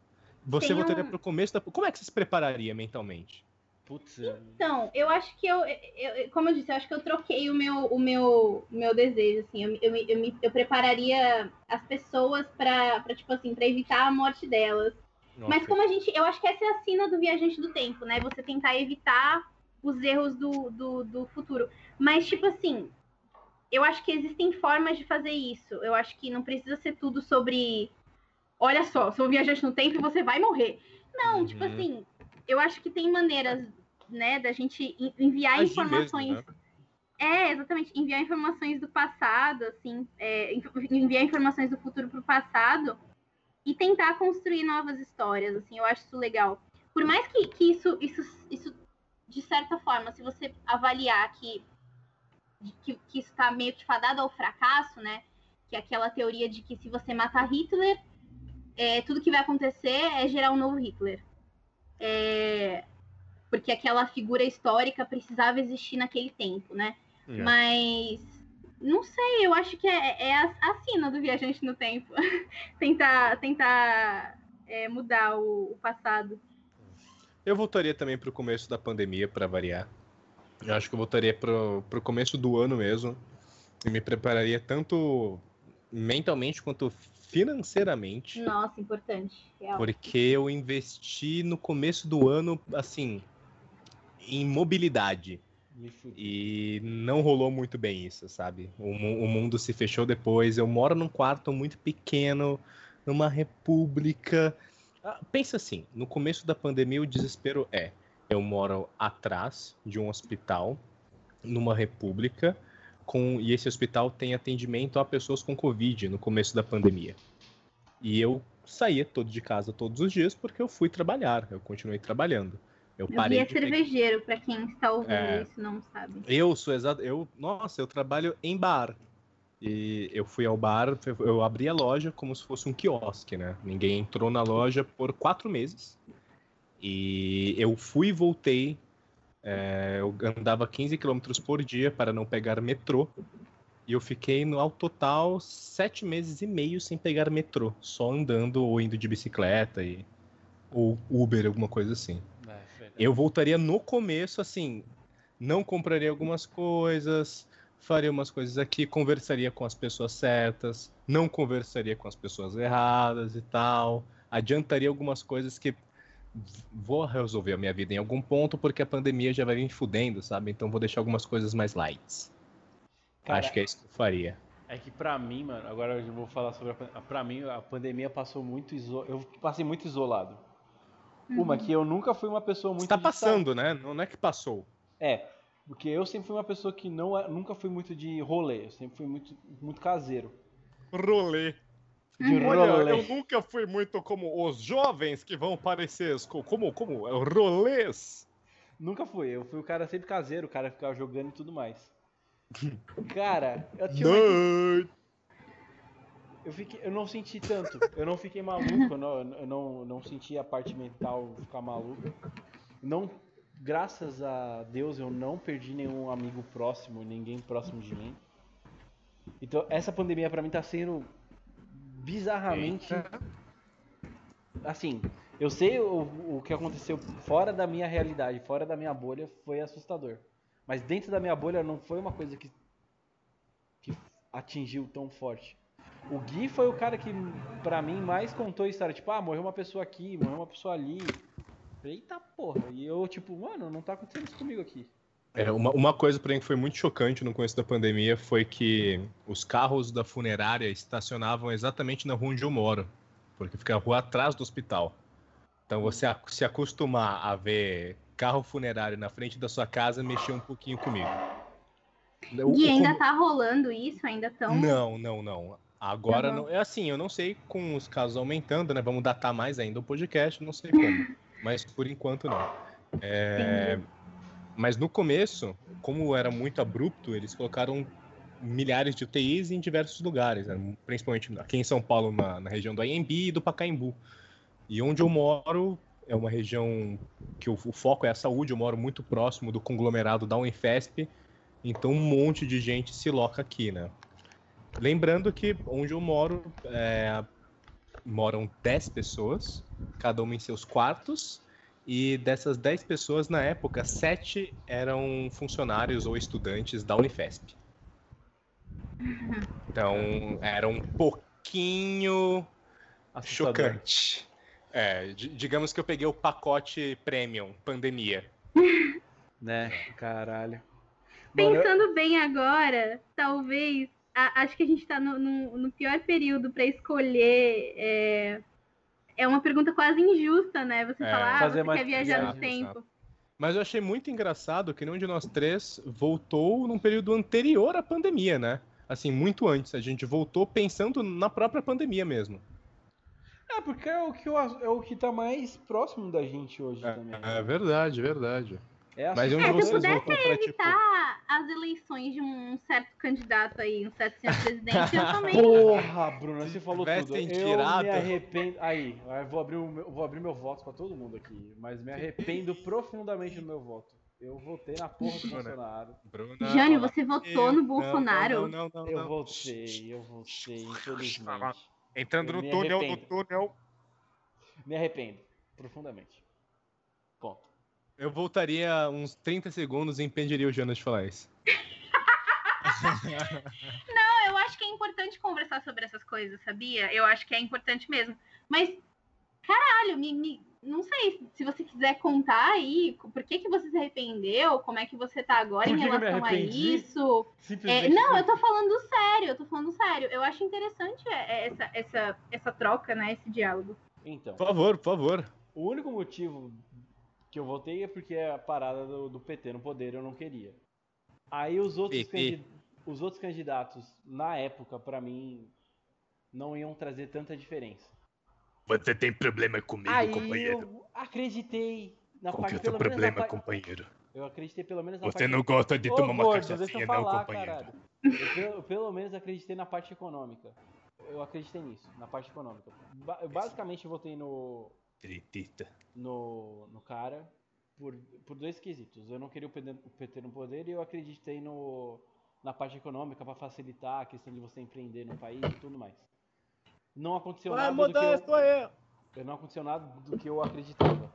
Você tem voltaria um- pro começo da. Como é que você se prepararia mentalmente? Putz, Então, eu acho que eu, eu- eu- como eu disse, eu acho que eu troquei o meu, o meu, o meu desejo, assim, eu, me- eu, me- eu, me- eu prepararia as pessoas pra, pra, tipo assim, pra evitar a morte delas. Mas Ok. como a gente, eu acho que essa é a sina do viajante do tempo, né? Você tentar evitar os erros do, do, do futuro. Mas, tipo assim, eu acho que existem formas de fazer isso. Eu acho que não precisa ser tudo sobre, olha só, sou um viajante no tempo e você vai morrer. Não, Uhum. tipo assim, eu acho que tem maneiras, né, da gente en- enviar Agir mesmo, informações. né? É, exatamente. Enviar informações do passado, assim, é, inf- enviar informações do futuro para o passado e tentar construir novas histórias, assim, eu acho isso legal. Por mais que, que isso, isso, isso, de certa forma, se você avaliar que, que, que isso está meio que fadado ao fracasso, né? Que é aquela teoria de que se você matar Hitler, é, tudo que vai acontecer é gerar um novo Hitler. É, porque aquela figura histórica precisava existir naquele tempo, né? É. Mas não sei, eu acho que é, é a, a sina do viajante no tempo. tentar tentar é, mudar o, o passado. Eu voltaria também pro começo da pandemia, pra variar. Eu acho que eu voltaria pro, pro começo do ano mesmo. E me prepararia tanto mentalmente quanto financeiramente. Nossa, importante. real. Porque eu investi no começo do ano, assim, em mobilidade. me fudi. E não rolou muito bem isso, sabe? O, mu- o mundo se fechou depois. Eu moro num quarto muito pequeno, numa república. Ah, Pensa assim: no começo da pandemia, o desespero é: eu moro atrás de um hospital, numa república, com, e esse hospital tem atendimento a pessoas com Covid no começo da pandemia. E eu saía todo de casa todos os dias porque eu fui trabalhar, eu continuei trabalhando. Eu Eu vi parei é de pegar- cervejeiro, pra quem está ouvindo É. isso não sabe. eu sou exato. Eu, nossa, eu trabalho em bar. E eu fui ao bar, eu abri a loja como se fosse um quiosque, né? Ninguém entrou na loja por quatro meses. E eu fui e voltei. é, eu andava 15 quilômetros por dia para não pegar metrô. E eu fiquei, no, ao total, sete meses e meio sem pegar metrô. Só andando ou indo de bicicleta e, ou Uber, alguma coisa assim. É, velho. Eu voltaria no começo, assim, não compraria algumas coisas, faria umas coisas aqui, conversaria com as pessoas certas, não conversaria com as pessoas erradas e tal, adiantaria algumas coisas que vou resolver a minha vida em algum ponto, porque a pandemia já vai vir fudendo, sabe? Então vou deixar algumas coisas mais light. Cara, Acho que é isso que eu faria. É que pra mim, mano, agora eu vou falar sobre a pan- pra mim a pandemia passou muito iso... eu passei muito isolado. Uma Uhum. que eu nunca fui uma pessoa muito Está de sair. Uhum. passando, né? Não é que passou. É, porque eu sempre fui uma pessoa que não é- nunca fui muito de rolê, eu sempre fui muito muito caseiro. Rolê. De Uhum. Olha, rolê. eu nunca fui muito como os jovens que vão parecer os co- como como É rolês. Nunca fui, eu fui o cara sempre caseiro, o cara que ficava jogando e tudo mais. Cara, eu tinha uma- Não. Eu, fiquei, eu não senti tanto. Eu não fiquei maluco, eu não, eu não, eu não senti a parte mental ficar maluco. Não, graças a Deus eu não perdi nenhum amigo próximo, ninguém próximo de mim. Então, essa pandemia pra mim tá sendo bizarramente. Assim, eu sei o, o que aconteceu fora da minha realidade, fora da minha bolha, foi assustador. Mas dentro da minha bolha não foi uma coisa que, que atingiu tão forte. O Gui foi o cara que, pra mim, mais contou a história. Tipo, ah, morreu uma pessoa aqui, morreu uma pessoa ali. Eita porra. E eu, tipo, mano, não tá acontecendo isso comigo aqui. É, uma, uma coisa, porém, que foi muito chocante no começo da pandemia foi que os carros da funerária estacionavam exatamente na rua onde eu moro, porque fica a rua atrás do hospital. Então, você ac- se acostumar a ver carro funerário na frente da sua casa mexeu um pouquinho comigo. O- o E ainda com- tá rolando isso, ainda tão. Não, não, não. Agora Tá bom. não. É assim, eu não sei com os casos aumentando, né? Vamos datar mais ainda o podcast, não sei como. mas por enquanto não. É, Mas no começo, como era muito abrupto, eles colocaram milhares de UTIs em diversos lugares, né, principalmente aqui em São Paulo, na, na região do Anhembi e do Pacaembu. E onde eu moro é uma região que o, o foco é a saúde, eu moro muito próximo do conglomerado da Unifesp, então um monte de gente se loca aqui, né? Lembrando que onde eu moro, é, moram 10 pessoas, cada uma em seus quartos, e dessas 10 pessoas, na época, 7 eram funcionários ou estudantes da Unifesp. Então, era um pouquinho chocante. É, di- digamos que eu peguei o pacote premium, pandemia. Né? Caralho. Pensando bem agora, talvez. a- acho que a gente tá no, no- no pior período pra escolher. É, é uma pergunta quase injusta, né? Você É. falar, ah, Fazer você mais- quer viajar Exato, no tempo. Mas eu achei muito engraçado que nenhum de nós três voltou num período anterior à pandemia, né? Assim, muito antes. A gente voltou pensando na própria pandemia mesmo. É, porque é o que, eu, é o que tá mais próximo da gente hoje também. É verdade, verdade. É Mas um É, onde tá? se vocês pudesse voltou pra, tipo... Evitar as eleições de um certo candidato aí, um certo senhor presidente, eu também. Porra, Bruna, você falou tudo. tivessem Eu tirado- me arrependo. Aí, eu vou abrir, o meu, vou abrir meu voto pra todo mundo aqui. Mas me arrependo profundamente do meu voto. Eu votei na porra do Bruna. Bolsonaro. Bruna, Jânio, fala- você votou no Não, Bolsonaro? Não, não, não, não, Eu não. voltei, eu voltei, infelizmente. Fala. Entrando Eu no me túnel, no arrependo. túnel. Me arrependo, profundamente. Ponto. Eu voltaria uns 30 segundos e impediria o Jonas de falar isso. eu acho que é importante conversar sobre essas coisas, sabia? Eu acho que é importante mesmo. Mas, caralho, me, me- não sei se você quiser contar aí por que, que você se arrependeu, como é que você tá agora Por em que que eu me relação a arrependi? isso. É, Simplesmente. não, eu tô falando sério, eu tô falando sério. Eu acho interessante é, é, essa, essa, essa troca, né? Esse diálogo. Então. Por favor, por favor. O único motivo que eu votei é porque a parada do, do PT no poder eu não queria. Aí os outros, PT. candi- os outros candidatos, na época, pra mim, não iam trazer tanta diferença. Você tem problema comigo, Aí eu acreditei na é parte pelo menos na parte- companheiro? Eu acreditei pelo menos na Você parte. não gosta de Ô, tomar uma gordo, deixa cachaçinha, eu não, falar, companheiro? caralho. Eu, pelo- pelo menos acreditei na parte econômica. Eu acreditei nisso, na parte econômica. Ba- eu basicamente votei no, Tritita. no, no cara por, por dois quesitos. Eu não queria o PT, no- o PT no poder e eu acreditei no, na parte econômica para facilitar a questão de você empreender no país e tudo mais. Não aconteceu nada um do que eu, aí. eu não aconteceu nada do que eu acreditava.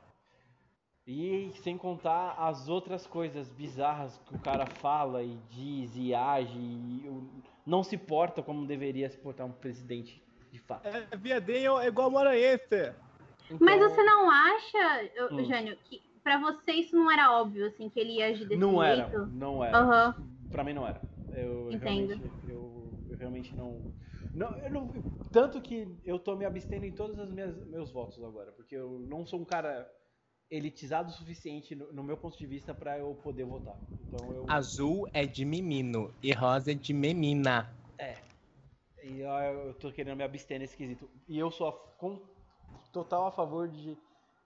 E sem contar as outras coisas bizarras que o cara fala e diz e age e o- não se porta como deveria se portar um presidente de fato. É, Viadinho é igual a Maranhense. Mas Então- você não acha, eu- Hum. Jânio, que pra você isso não era óbvio, assim, que ele ia agir desse Não era, jeito? não era. Aham. Pra mim não era. Eu Entendo. realmente, eu, eu realmente não, não, eu não- Tanto que eu tô me abstendo em todos os minhas, meus votos agora, porque eu não sou um cara elitizado o suficiente no, no meu ponto de vista pra eu poder votar. Então eu, Azul é de menino e rosa é de menina. e, ah, eu tô querendo me abster nesse quesito. E eu sou a f- com, total a favor de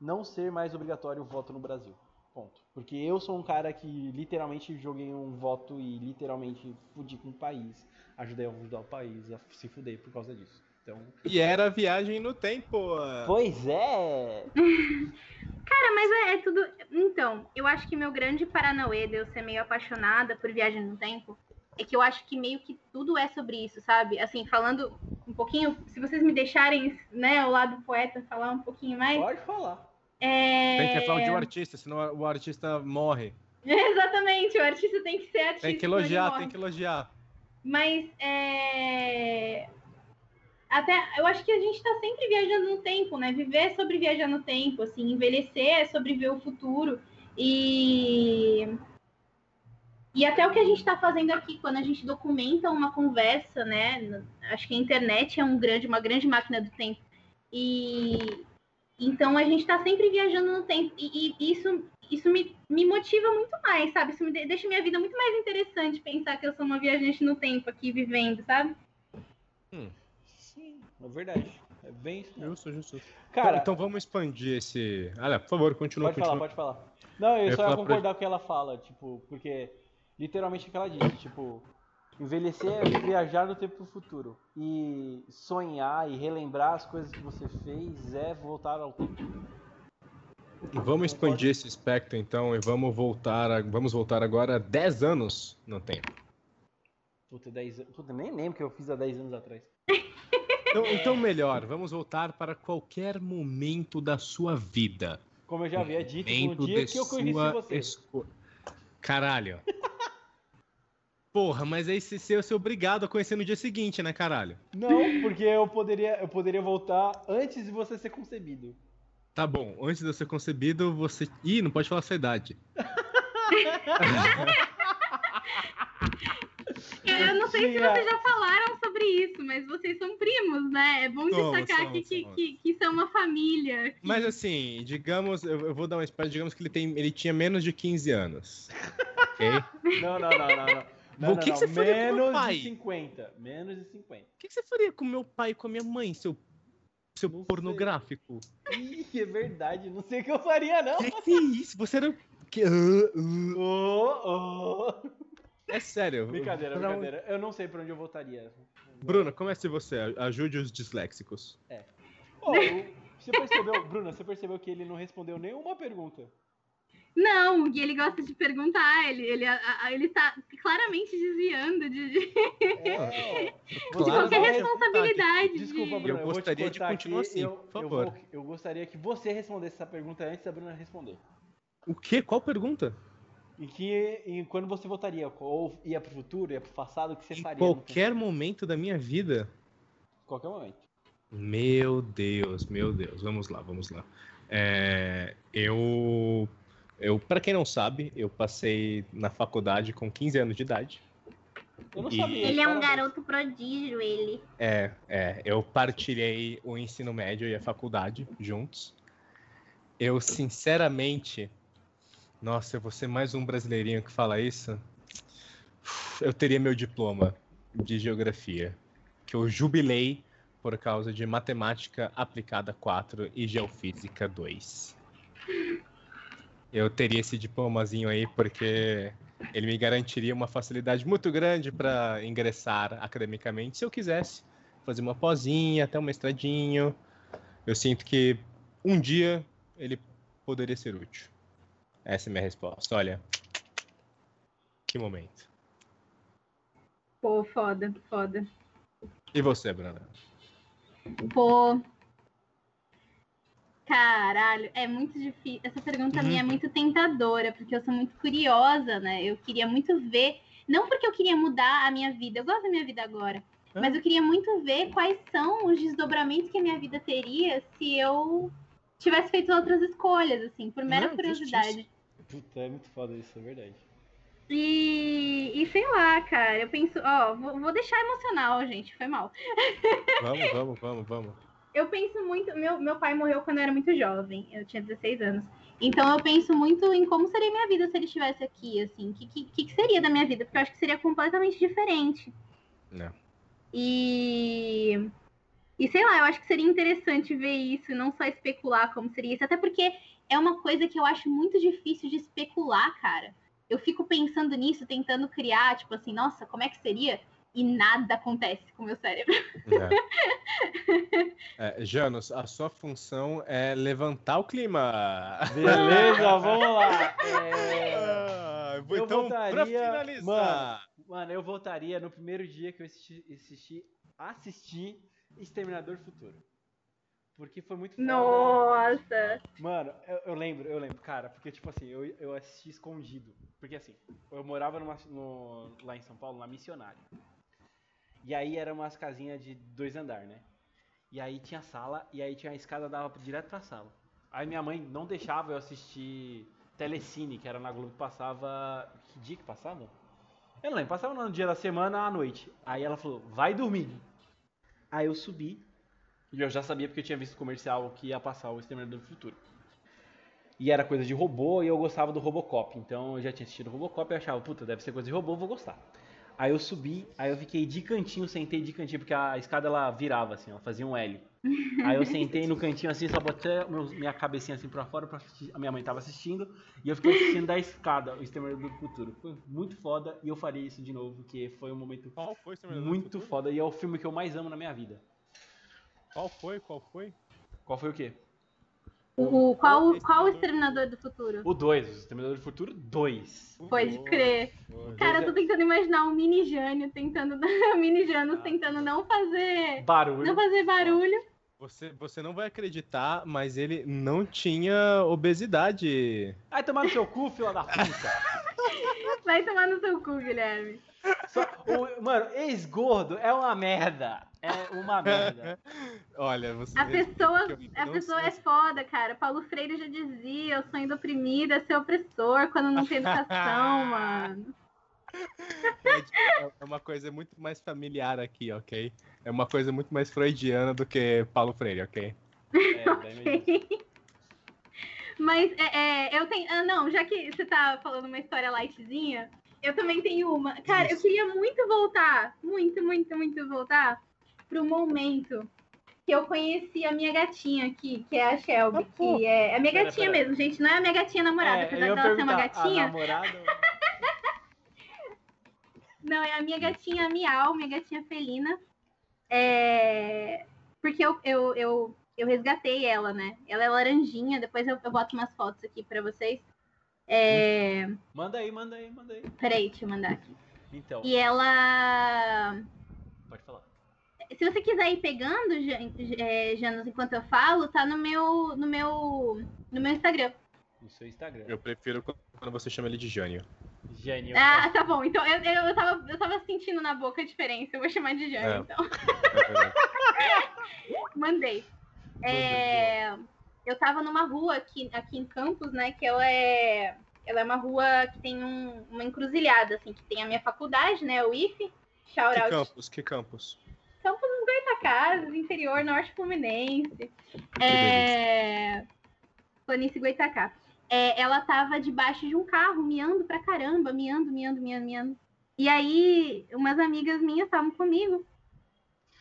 não ser mais obrigatório o voto no Brasil. Ponto. Porque eu sou um cara que literalmente joguei um voto e literalmente fudi com o país. Ajudei a ajudar o país a se fuder por causa disso. Então. E era viagem no tempo. Pois é! Cara, mas é, é tudo. Então, eu acho que meu grande paranauê de eu ser meio apaixonada por viagem no tempo é que eu acho que meio que tudo é sobre isso, sabe? Assim, falando um pouquinho, se vocês me deixarem, né, o lado poeta falar um pouquinho mais. Pode falar. É... Tem que aplaudir o artista, senão o artista morre. Exatamente, o artista tem que ser artista. Tem que senão ele elogiar, morre. tem que elogiar. Mas é... até eu acho que a gente está sempre viajando no tempo, né? Viver é sobre viajar no tempo, assim, envelhecer é sobre ver o futuro e e até o que a gente está fazendo aqui quando a gente documenta uma conversa, né? no- Acho que a internet é um grande, uma grande máquina do tempo e então a gente está sempre viajando no tempo e, e isso isso me, me motiva muito mais, sabe? Isso me de- deixa minha vida muito mais interessante pensar que eu sou uma viajante no tempo aqui vivendo, sabe? Sim, é verdade. É bem isso. Justo, justo. Cara, então, então vamos expandir esse. Olha, por favor, continua, pode falar, continua. pode falar. Não, tipo, Eu eu, ia só ia falar pra- concordar com o que ela fala, tipo, porque literalmente o que ela disse, tipo, envelhecer é viajar no tempo pro futuro. E sonhar e relembrar as coisas que você fez é voltar ao tempo. Vamos expandir esse espectro então e vamos voltar, a- vamos voltar agora 10 anos no tempo. Puta, 10 anos. Puta, nem lembro o que eu fiz há 10 anos atrás. Então, então melhor, vamos voltar para qualquer momento da sua vida. Como eu já é havia dito, Tipo, no Momento um dia de que eu conheci sua você. esco- Caralho. Porra, mas aí você você ia ser obrigado a conhecer no dia seguinte, né, caralho? Não, porque eu poderia, eu poderia voltar antes de você ser concebido. Tá bom, antes de eu ser concebido, você. Ih, não pode falar sua idade. Eu, eu não sei se Tia. vocês já falaram sobre isso, mas vocês são primos, né? É bom Somos, destacar somos, aqui que, somos. Que, que são uma família. Mas assim, digamos, eu, eu vou dar uma spoiler, digamos que ele, tem, ele tinha menos de 15 anos. Ok? Não, não, não, não. não. Não, O que não, que você não. faria com meu Menos pai? de 50. Menos de 50. O que, que você faria com meu pai e com a minha mãe, seu, seu Não sei. pornográfico? Ih, é verdade. Não sei o que eu faria, não. Que que é isso? Você era. que- ah, Ô, ô. ah. É sério. Brincadeira, Pra um onde- brincadeira. Eu não sei pra onde eu voltaria. Bruna, comece você. Ajude os disléxicos. Ô, o- você percebeu, Bruna, você percebeu que ele não respondeu nenhuma pergunta. Não, e ele gosta de perguntar, ele, ele, a- a- ele tá claramente desviando de, de- de É, ó. Claro, Você Tipo, qualquer vai- mas eu- responsabilidade. Desculpa, de... Bruna. Eu vou te gostaria de cortar continuar aqui. assim, Eu- por eu favor. vou- eu gostaria que você respondesse essa pergunta antes da Bruna responder. O quê? Qual pergunta? E que e quando você votaria? Ou ia pro futuro, ia pro passado, o que você Em faria? qualquer momento da minha vida. Em qualquer momento. Meu Deus, meu Deus. Vamos lá, vamos lá. É, eu, eu, para quem não sabe, eu passei na faculdade com 15 anos de idade. Eu não E- sabia. Ele é um parabéns. garoto prodígio, ele. É, é, eu partilhei o ensino médio e a faculdade juntos. Eu, sinceramente, nossa, eu vou ser mais um brasileirinho que fala isso. Eu teria meu diploma de geografia, que eu jubilei por causa de matemática aplicada 4 e geofísica 2. Eu teria esse diplomazinho aí porque ele me garantiria uma facilidade muito grande para ingressar academicamente se eu quisesse fazer uma pozinha, até um mestradinho. Eu sinto que um dia ele poderia ser útil. Essa é a minha resposta. Olha, que momento. Pô, foda, foda. E você, Bruna? Pô. Caralho, é muito difícil. Essa pergunta Uhum. minha é muito tentadora, porque eu sou muito curiosa, né? Eu queria muito ver. Não porque eu queria mudar a minha vida, eu gosto da minha vida agora. Ah. Mas eu queria muito ver quais são os desdobramentos que a minha vida teria se eu tivesse feito outras escolhas, assim, por mera Não, curiosidade. Puta, é muito foda isso, é verdade. E, e sei lá, cara, eu penso, ó, vou, vou deixar emocional, gente, foi mal. Vamos, vamos, vamos, vamos. eu penso muito. Meu, meu pai morreu quando eu era muito jovem, eu tinha 16 anos. Então eu penso muito em como seria minha vida se ele estivesse aqui, assim. O que, que, que que seria da minha vida? Porque eu acho que seria completamente diferente. Não. E. E sei lá, eu acho que seria interessante ver isso, e não só especular como seria isso. Até porque é uma coisa que eu acho muito difícil de especular, cara. Eu fico pensando nisso, tentando criar, tipo assim, nossa, como é que seria? E nada acontece com o meu cérebro. É. É, Janos, a sua função é levantar o clima. Beleza, vamos lá. É, Ah, Eu então, pra votaria- finalizar, Mano, Mano, eu voltaria no primeiro dia que eu assisti, assisti, assisti Exterminador do Futuro. Porque foi muito foda. Nossa! Mano, eu, eu lembro, eu lembro, cara, porque tipo assim, eu, eu assisti escondido. Porque assim, eu morava numa- no- lá em São Paulo, na Missionária. E aí era umas casinhas de dois andar, né? E aí tinha sala, e aí tinha a escada dava pra- direto pra sala. Aí minha mãe não deixava eu assistir Telecine, que era na Globo, passava. Que dia que passava? Eu não lembro, passava no dia da semana à noite. Aí ela falou, vai dormir. Aí eu subi. E eu já sabia porque eu tinha visto o comercial que ia passar o Exterminador do Futuro. E era coisa de robô e eu gostava do Robocop. Então eu já tinha assistido Robocop e eu achava, puta, deve ser coisa de robô, vou gostar. Aí eu subi, aí eu fiquei de cantinho, sentei de cantinho, porque a escada ela virava assim, ela fazia um L. Aí eu sentei no cantinho assim, só botei o meu- minha cabecinha assim pra fora, pra assistir. a minha mãe tava assistindo, e eu fiquei assistindo da escada o Exterminador do Futuro. Foi muito foda, e eu faria isso de novo, porque foi um momento Qual foi o Exterminador do muito Futuro? foda, e é o filme que eu mais amo na minha vida. Qual foi? Qual foi? Qual foi o quê? O, o- qual, qual o Exterminador do Futuro? O 2, o Exterminador do Futuro 2. Pode crer. Foi. Cara, eu tô tentando imaginar um mini Jânio tentando. o mini Janus tentando Ah, não fazer. Barulho. É, Não fazer barulho. Você, você não vai acreditar, mas ele não tinha obesidade. Vai tomar no seu cu, fila da puta. Vai tomar no seu cu, Guilherme. O- mano, ex-gordo é uma merda. É uma merda. Olha, você. A pessoa, a não pessoa sei é foda, cara. Paulo Freire já dizia: o sonho do oprimido é ser opressor quando não tem educação, mano. É uma coisa muito mais familiar aqui, ok? É uma coisa muito mais freudiana do que Paulo Freire, ok? É, bem melhor. Mas é, é, eu tenho. Ah, não, já que você tá falando uma história lightzinha, eu também tenho uma. Cara, eu queria muito voltar, muito, muito, muito voltar pro momento que eu conheci a minha gatinha aqui, que é a Shelby, que é a minha Ah, Pera, gatinha pera. mesmo, gente, não é a minha gatinha namorada, É, eu apesar ia dela ser uma perguntar, A gatinha. namorada. Não, é a minha gatinha Miau, minha gatinha felina. É... Porque eu, eu, eu, eu resgatei ela, né? Ela é laranjinha, depois eu, eu boto umas fotos aqui pra vocês. É... Manda aí, manda aí, manda aí. Peraí, deixa eu mandar aqui. Então, E ela. pode falar. Se você quiser ir pegando, Jan- é, Janos, enquanto eu falo, tá no meu, no meu, no meu Instagram. No seu Instagram. Eu prefiro quando você chama ele de Jânio. Gênio. Ah, tá bom. Então eu, eu, eu, tava, eu tava sentindo na boca a diferença. Eu vou chamar de Jânio, É. então. Mandei. É, eu tava numa rua aqui, aqui em Campos, né? Que ela é, ela é uma rua que tem um- uma encruzilhada, assim, que tem a minha faculdade, né? O IFE. Shout Que out campus, que campus. Campos é um dos Goitacazes, interior norte fluminense. É... delícia. Planície Goitacá. É, ela tava debaixo de um carro, miando pra caramba, miando, miando, miando, miando. E aí, umas amigas minhas estavam comigo.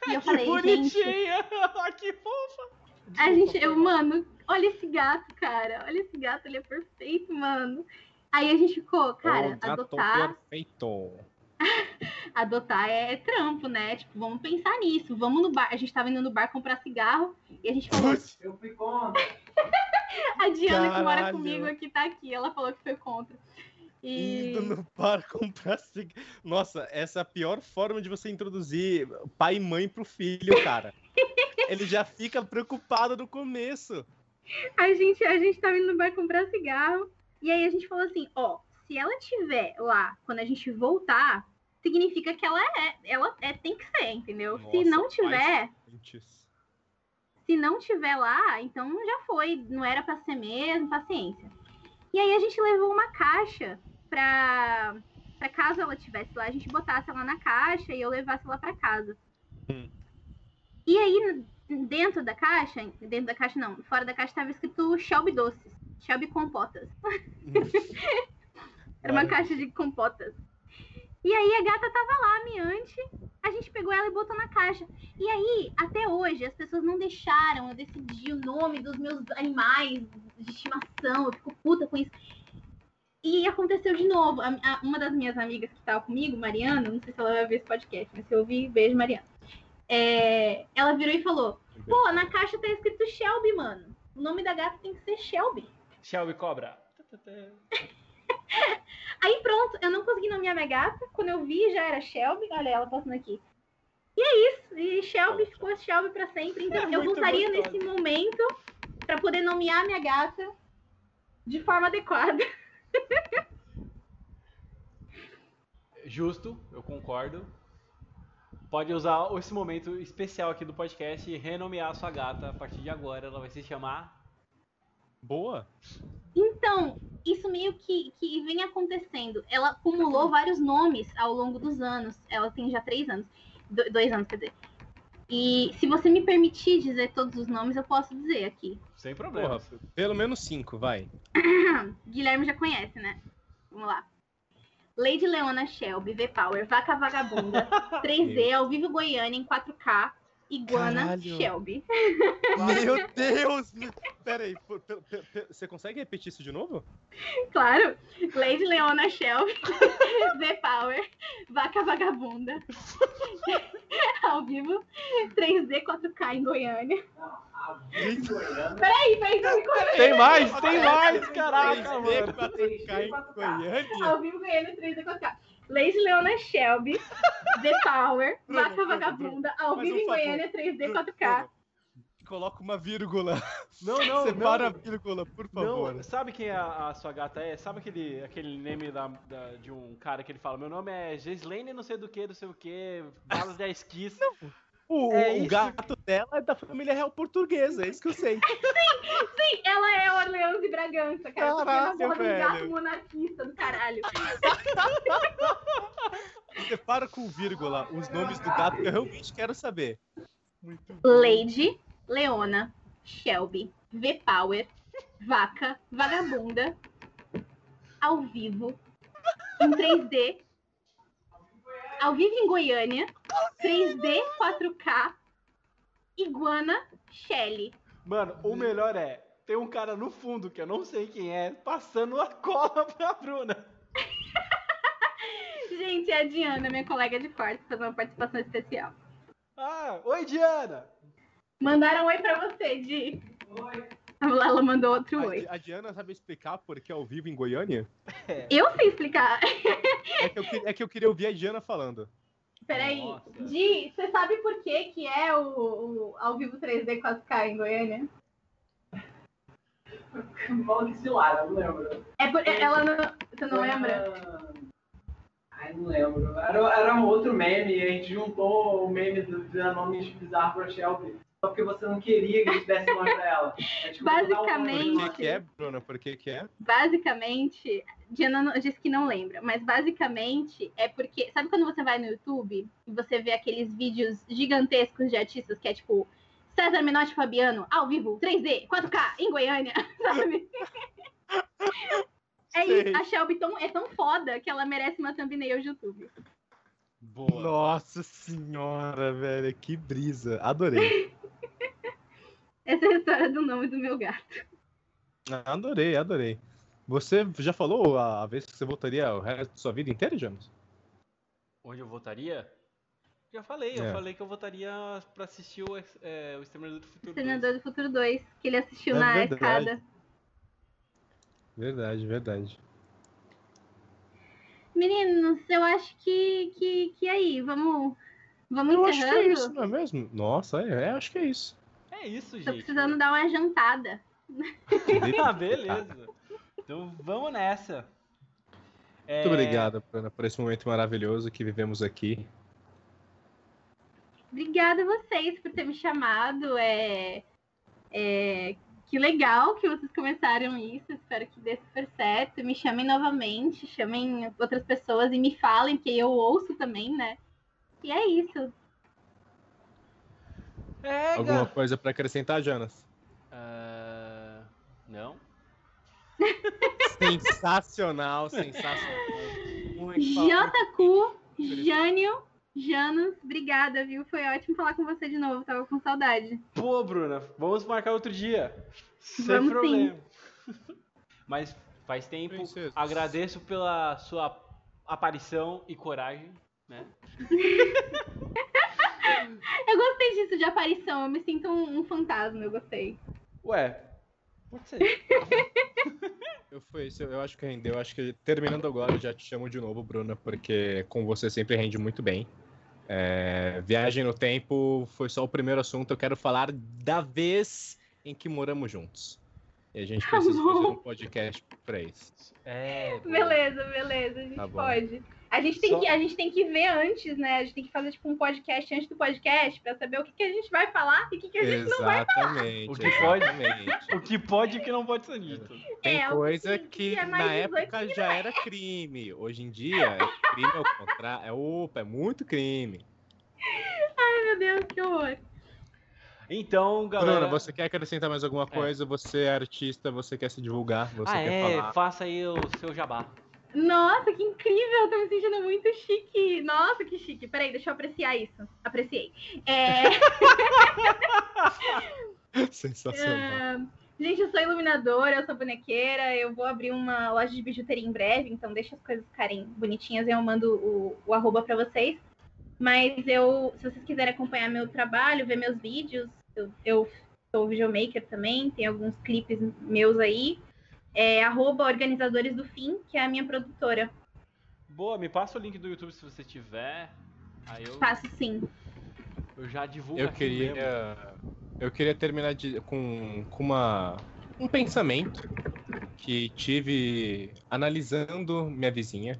Ah, E eu falei, gente, Ah, que fofa. a gente, eu, mano, olha esse gato, cara. Olha esse gato, ele é perfeito, mano. Aí a gente ficou, cara, O É um gato adotar perfeito. adotar é trampo, né? Tipo, vamos pensar nisso. Vamos no bar. A gente tava indo no bar comprar cigarro e a gente falou. Eu fui contra. A Diana que mora Caralho. comigo aqui tá aqui. Ela falou que foi contra. E. Indo no bar comprar cigarro. Nossa, essa é a pior forma de você introduzir pai e mãe pro filho, cara. Ele já fica preocupado no começo. A gente, a gente tava indo no bar comprar cigarro. E aí a gente falou assim, ó, se ela tiver lá quando a gente voltar, significa que ela é. Ela é, tem que ser, entendeu? se Nossa, não pais tiver. Antes. se não tiver lá, então já foi, não era pra ser mesmo, paciência. E aí a gente levou uma caixa pra, pra caso ela tivesse lá, a gente botasse ela na caixa e eu levasse ela pra casa. E aí n- dentro da caixa, dentro da caixa não, fora da caixa tava escrito Shelby doces, Shelby compotas. Era uma caixa de compotas. E aí a gata tava lá, miante. A gente pegou ela e botou na caixa. E aí, até hoje, as pessoas não deixaram eu decidir o nome dos meus animais de estimação. Eu fico puta com isso. E aconteceu de novo. A- a- uma das minhas amigas que tava comigo, Mariana, não sei se ela vai ver esse podcast, mas se eu ouvir, beijo, Mariana. É, ela virou e falou: Pô, na caixa tá escrito Shelby, mano. O nome da gata tem que ser Shelby. Shelby Cobra. Aí pronto, eu não consegui nomear minha gata. Quando eu vi, já era Shelby. Olha ela passando aqui. E é isso. E Shelby ficou Shelby pra sempre. Então eu voltaria nesse momento pra poder nomear minha gata de forma adequada. Justo, eu concordo. Pode usar esse momento especial aqui do podcast e renomear a sua gata. A partir de agora, ela vai se chamar. Boa! Então, isso meio que, que vem acontecendo. Ela acumulou vários nomes ao longo dos anos. Ela tem já três anos. Do- dois anos, quer dizer. E se você me permitir dizer todos os nomes, eu posso dizer aqui. Sem Porra, problema. pelo menos cinco, vai. Guilherme já conhece, né? Vamos lá. Lady Leona Shelby, V-Power, Vaca Vagabunda, 3D, ao vivo Goiânia em 4K, Iguana Caralho. Shelby. Meu Deus! Peraí, pô, pe- pe- pe- você consegue repetir isso de novo? Claro, Lady Leona Shelby, V-Power, Vaca Vagabunda, ao vivo, 3D, 4K em Goiânia. Peraí, peraí, peraí, peraí. Tem mais, tem mais, caraca, mano. 3D, 4K em Goiânia? Ao vivo Goiânia 3D 4K. Lady Leona Shelby, The Power, Bruno, Vaca Bruno, Vagabunda, ao mas vivo um em favor, Goiânia 3D Bruno, 4K. Bruno, Coloca uma vírgula. Não, não, Separa não. a vírgula, por favor. Não, sabe quem a, a sua gata é? Sabe aquele, aquele meme da, da- de um cara que ele fala: Meu nome é Gislene, não sei do que, não sei o que, balas da esquiz. O, É o isso. gato dela é da família real portuguesa, é isso que eu sei. Sim, ela é Orleans e Bragança, cara. porque ela é uma porra Caralho, de um gato velho. monarquista do caralho. Separa com vírgula os nomes do gato que eu realmente quero saber. Lady Leona Shelby, V Power, Vaca Vagabunda, ao vivo, em 3D, ao vivo em Goiânia, 3D 4K, Iguana Shelly. Mano, o melhor é: tem um cara no fundo que eu não sei quem é, passando a cola pra Bruna. Gente, é a Diana, minha colega de quarto, fazendo uma participação especial. Ah, oi, Diana! Mandaram um oi pra você, Di. Oi. Lá ela mandou outro A, oi. Di- a Diana sabe explicar porque ao vivo em Goiânia? Eu sei explicar. É que eu, que- é que eu queria ouvir a Diana falando. Peraí, Nossa. Di, você sabe por que que é o, o ao vivo 3D 4K em Goiânia? Bola de cilada, né, não lembro. É por, é- ela não, você não lembra? Ai, não lembro. Era, era um outro meme, a gente juntou o meme do do nome bizarro pra Shelby. Só porque você não queria que a gente desse nome pra ela. A gente começou a dar um nome pra Basicamente- Por ela. que, que é, Bruna? Por que, que é? Basicamente, Diana não- disse que não lembra, mas basicamente é porque sabe quando você vai no YouTube e você vê aqueles vídeos gigantescos de artistas que é tipo César Menotti Fabiano ao vivo 3D 4K em Goiânia, sabe? É Sei. isso, a Shelby tão, é tão foda que ela merece uma thumbnail de YouTube. Boa. Nossa senhora, velho, que brisa. Adorei. Essa é a história do nome do meu gato. Adorei, adorei. Você já falou a, a vez que você voltaria o resto da sua vida inteira, James? Onde eu votaria? Já falei, eu É. falei que eu votaria pra assistir o, ex- é, o Exterminador do Futuro. dois. Senador do Futuro 2, que ele assistiu É na verdade. escada. Verdade, verdade. Meninos, eu acho que, que, que aí, vamos, vamos Eu acho que é encerrando. isso, não é mesmo? Nossa, é, é, acho que é isso. É isso, Tô gente. precisando dar uma jantada. Ah, beleza. Então vamos nessa. É, Muito obrigado, Bruna, por esse momento maravilhoso que vivemos aqui. Obrigada a vocês por ter me chamado. É, é, que legal que vocês começaram isso. Espero que dê super certo. Me chamem novamente, chamem outras pessoas e me falem, porque eu ouço também, né? E é isso. É, Alguma galera. coisa pra acrescentar, Jonas? Ah, não? Sensacional, sensacional. Muito JQ, Jânio, Janus, obrigada, viu? Foi ótimo falar com você de novo, tava com saudade. Pô, Bruna, vamos marcar outro dia. Sem Vamos sim. problema. Mas faz tempo. Princesas. Agradeço pela sua aparição e coragem. Eu gostei disso de aparição, eu me sinto um, um fantasma, eu gostei. Ué, pode ser. Eu foi isso, eu acho que rendeu. Eu acho que terminando agora, eu já te chamo de novo, Bruna, porque com você sempre rende muito bem. É, viagem no tempo foi só o primeiro assunto. Eu quero falar da vez em que moramos juntos. E a gente Tá precisa bom. fazer um podcast pra isso. É. Beleza, beleza, a gente Tá bom. pode. A gente, tem Só- que, a gente tem que ver antes, né? A gente tem que fazer tipo um podcast antes do podcast pra saber o que, que a gente vai falar e o que, que a gente não vai Exatamente. O que pode- exatamente. O que pode e o que não pode ser dito. Tem É, o coisa que, que é mais na 18 época já era crime. Hoje em dia, é crime ao contrário. É, opa, é muito crime. Ai, meu Deus, que horror. Então, galera. Bruna, você quer acrescentar mais alguma coisa? Você é artista, você quer se divulgar, você ah, quer é, falar. faça aí o seu jabá. Nossa, que incrível! Eu tô me sentindo muito chique. Nossa, que chique. Peraí, deixa eu apreciar isso. Apreciei. É. É. Sensacional. Ah, Gente, eu sou iluminadora, eu sou bonequeira, eu vou abrir uma loja de bijuteria em breve, então deixa as coisas ficarem bonitinhas e eu mando o, o arroba pra vocês. Mas eu, se vocês quiserem acompanhar meu trabalho, ver meus vídeos, eu, eu sou videomaker também, tem alguns clipes meus aí. É arroba organizadores do fim, que é a minha produtora. Boa, me passa o link do YouTube se você tiver. Aí eu, Faço sim. eu já divulgo Eu aqui mesmo. queria, eu queria terminar de- com, com uma, um pensamento que tive analisando minha vizinha.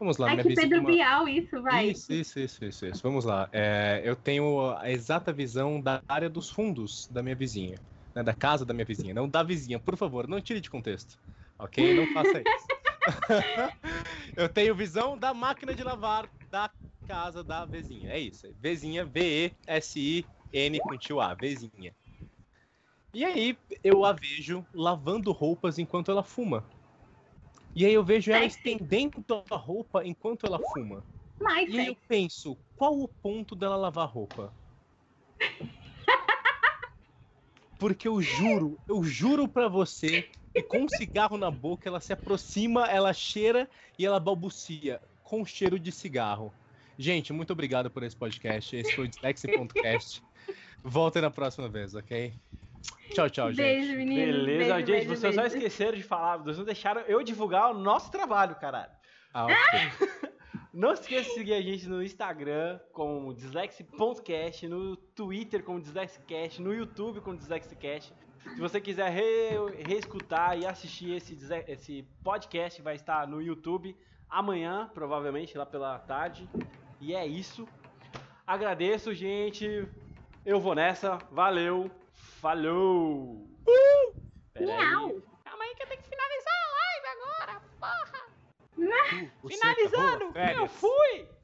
Vamos lá, Ai, minha que vizinha. é Pedro uma- Bial isso, vai. Isso, isso, isso, isso, isso. Vamos lá. É, eu tenho a exata visão da área dos fundos da minha vizinha. né, da casa da minha vizinha, não da vizinha. Por favor, não tire de contexto. Ok? Não faça isso. eu tenho visão da máquina de lavar da casa da vizinha. É isso. Vizinha, V-E-S-I-N com tio A. Vizinha. E aí eu a vejo lavando roupas enquanto ela fuma. E aí eu vejo ela estendendo a roupa enquanto ela fuma. Mas, E aí eu penso, qual o ponto dela lavar roupa? Porque eu juro, eu juro pra você que com um cigarro na boca ela se aproxima, ela cheira e ela balbucia com cheiro de cigarro. Gente, muito obrigado por esse podcast. Esse foi o Dislexi.cast. Voltem na próxima vez, ok? Tchau, tchau, gente. Beijo, meninos. Beijo, Beleza, gente, beijo, vocês só beijo. esqueceram de falar, vocês não deixaram eu divulgar o nosso trabalho, caralho. Ah, ok. Não se esqueça de seguir a gente no Instagram como dislexi.cast, no Twitter como dislexicast, no YouTube como dislexicast. Se você quiser re- reescutar e assistir esse, disle- esse podcast, vai estar no YouTube amanhã, provavelmente, lá pela tarde. E é isso. Agradeço, gente. Eu vou nessa. Valeu. Falou. Uh! Pera aí. Miau. Calma aí que eu tenho que finalizar a live agora, porra! Você acabou Finalizando, as férias? eu fui!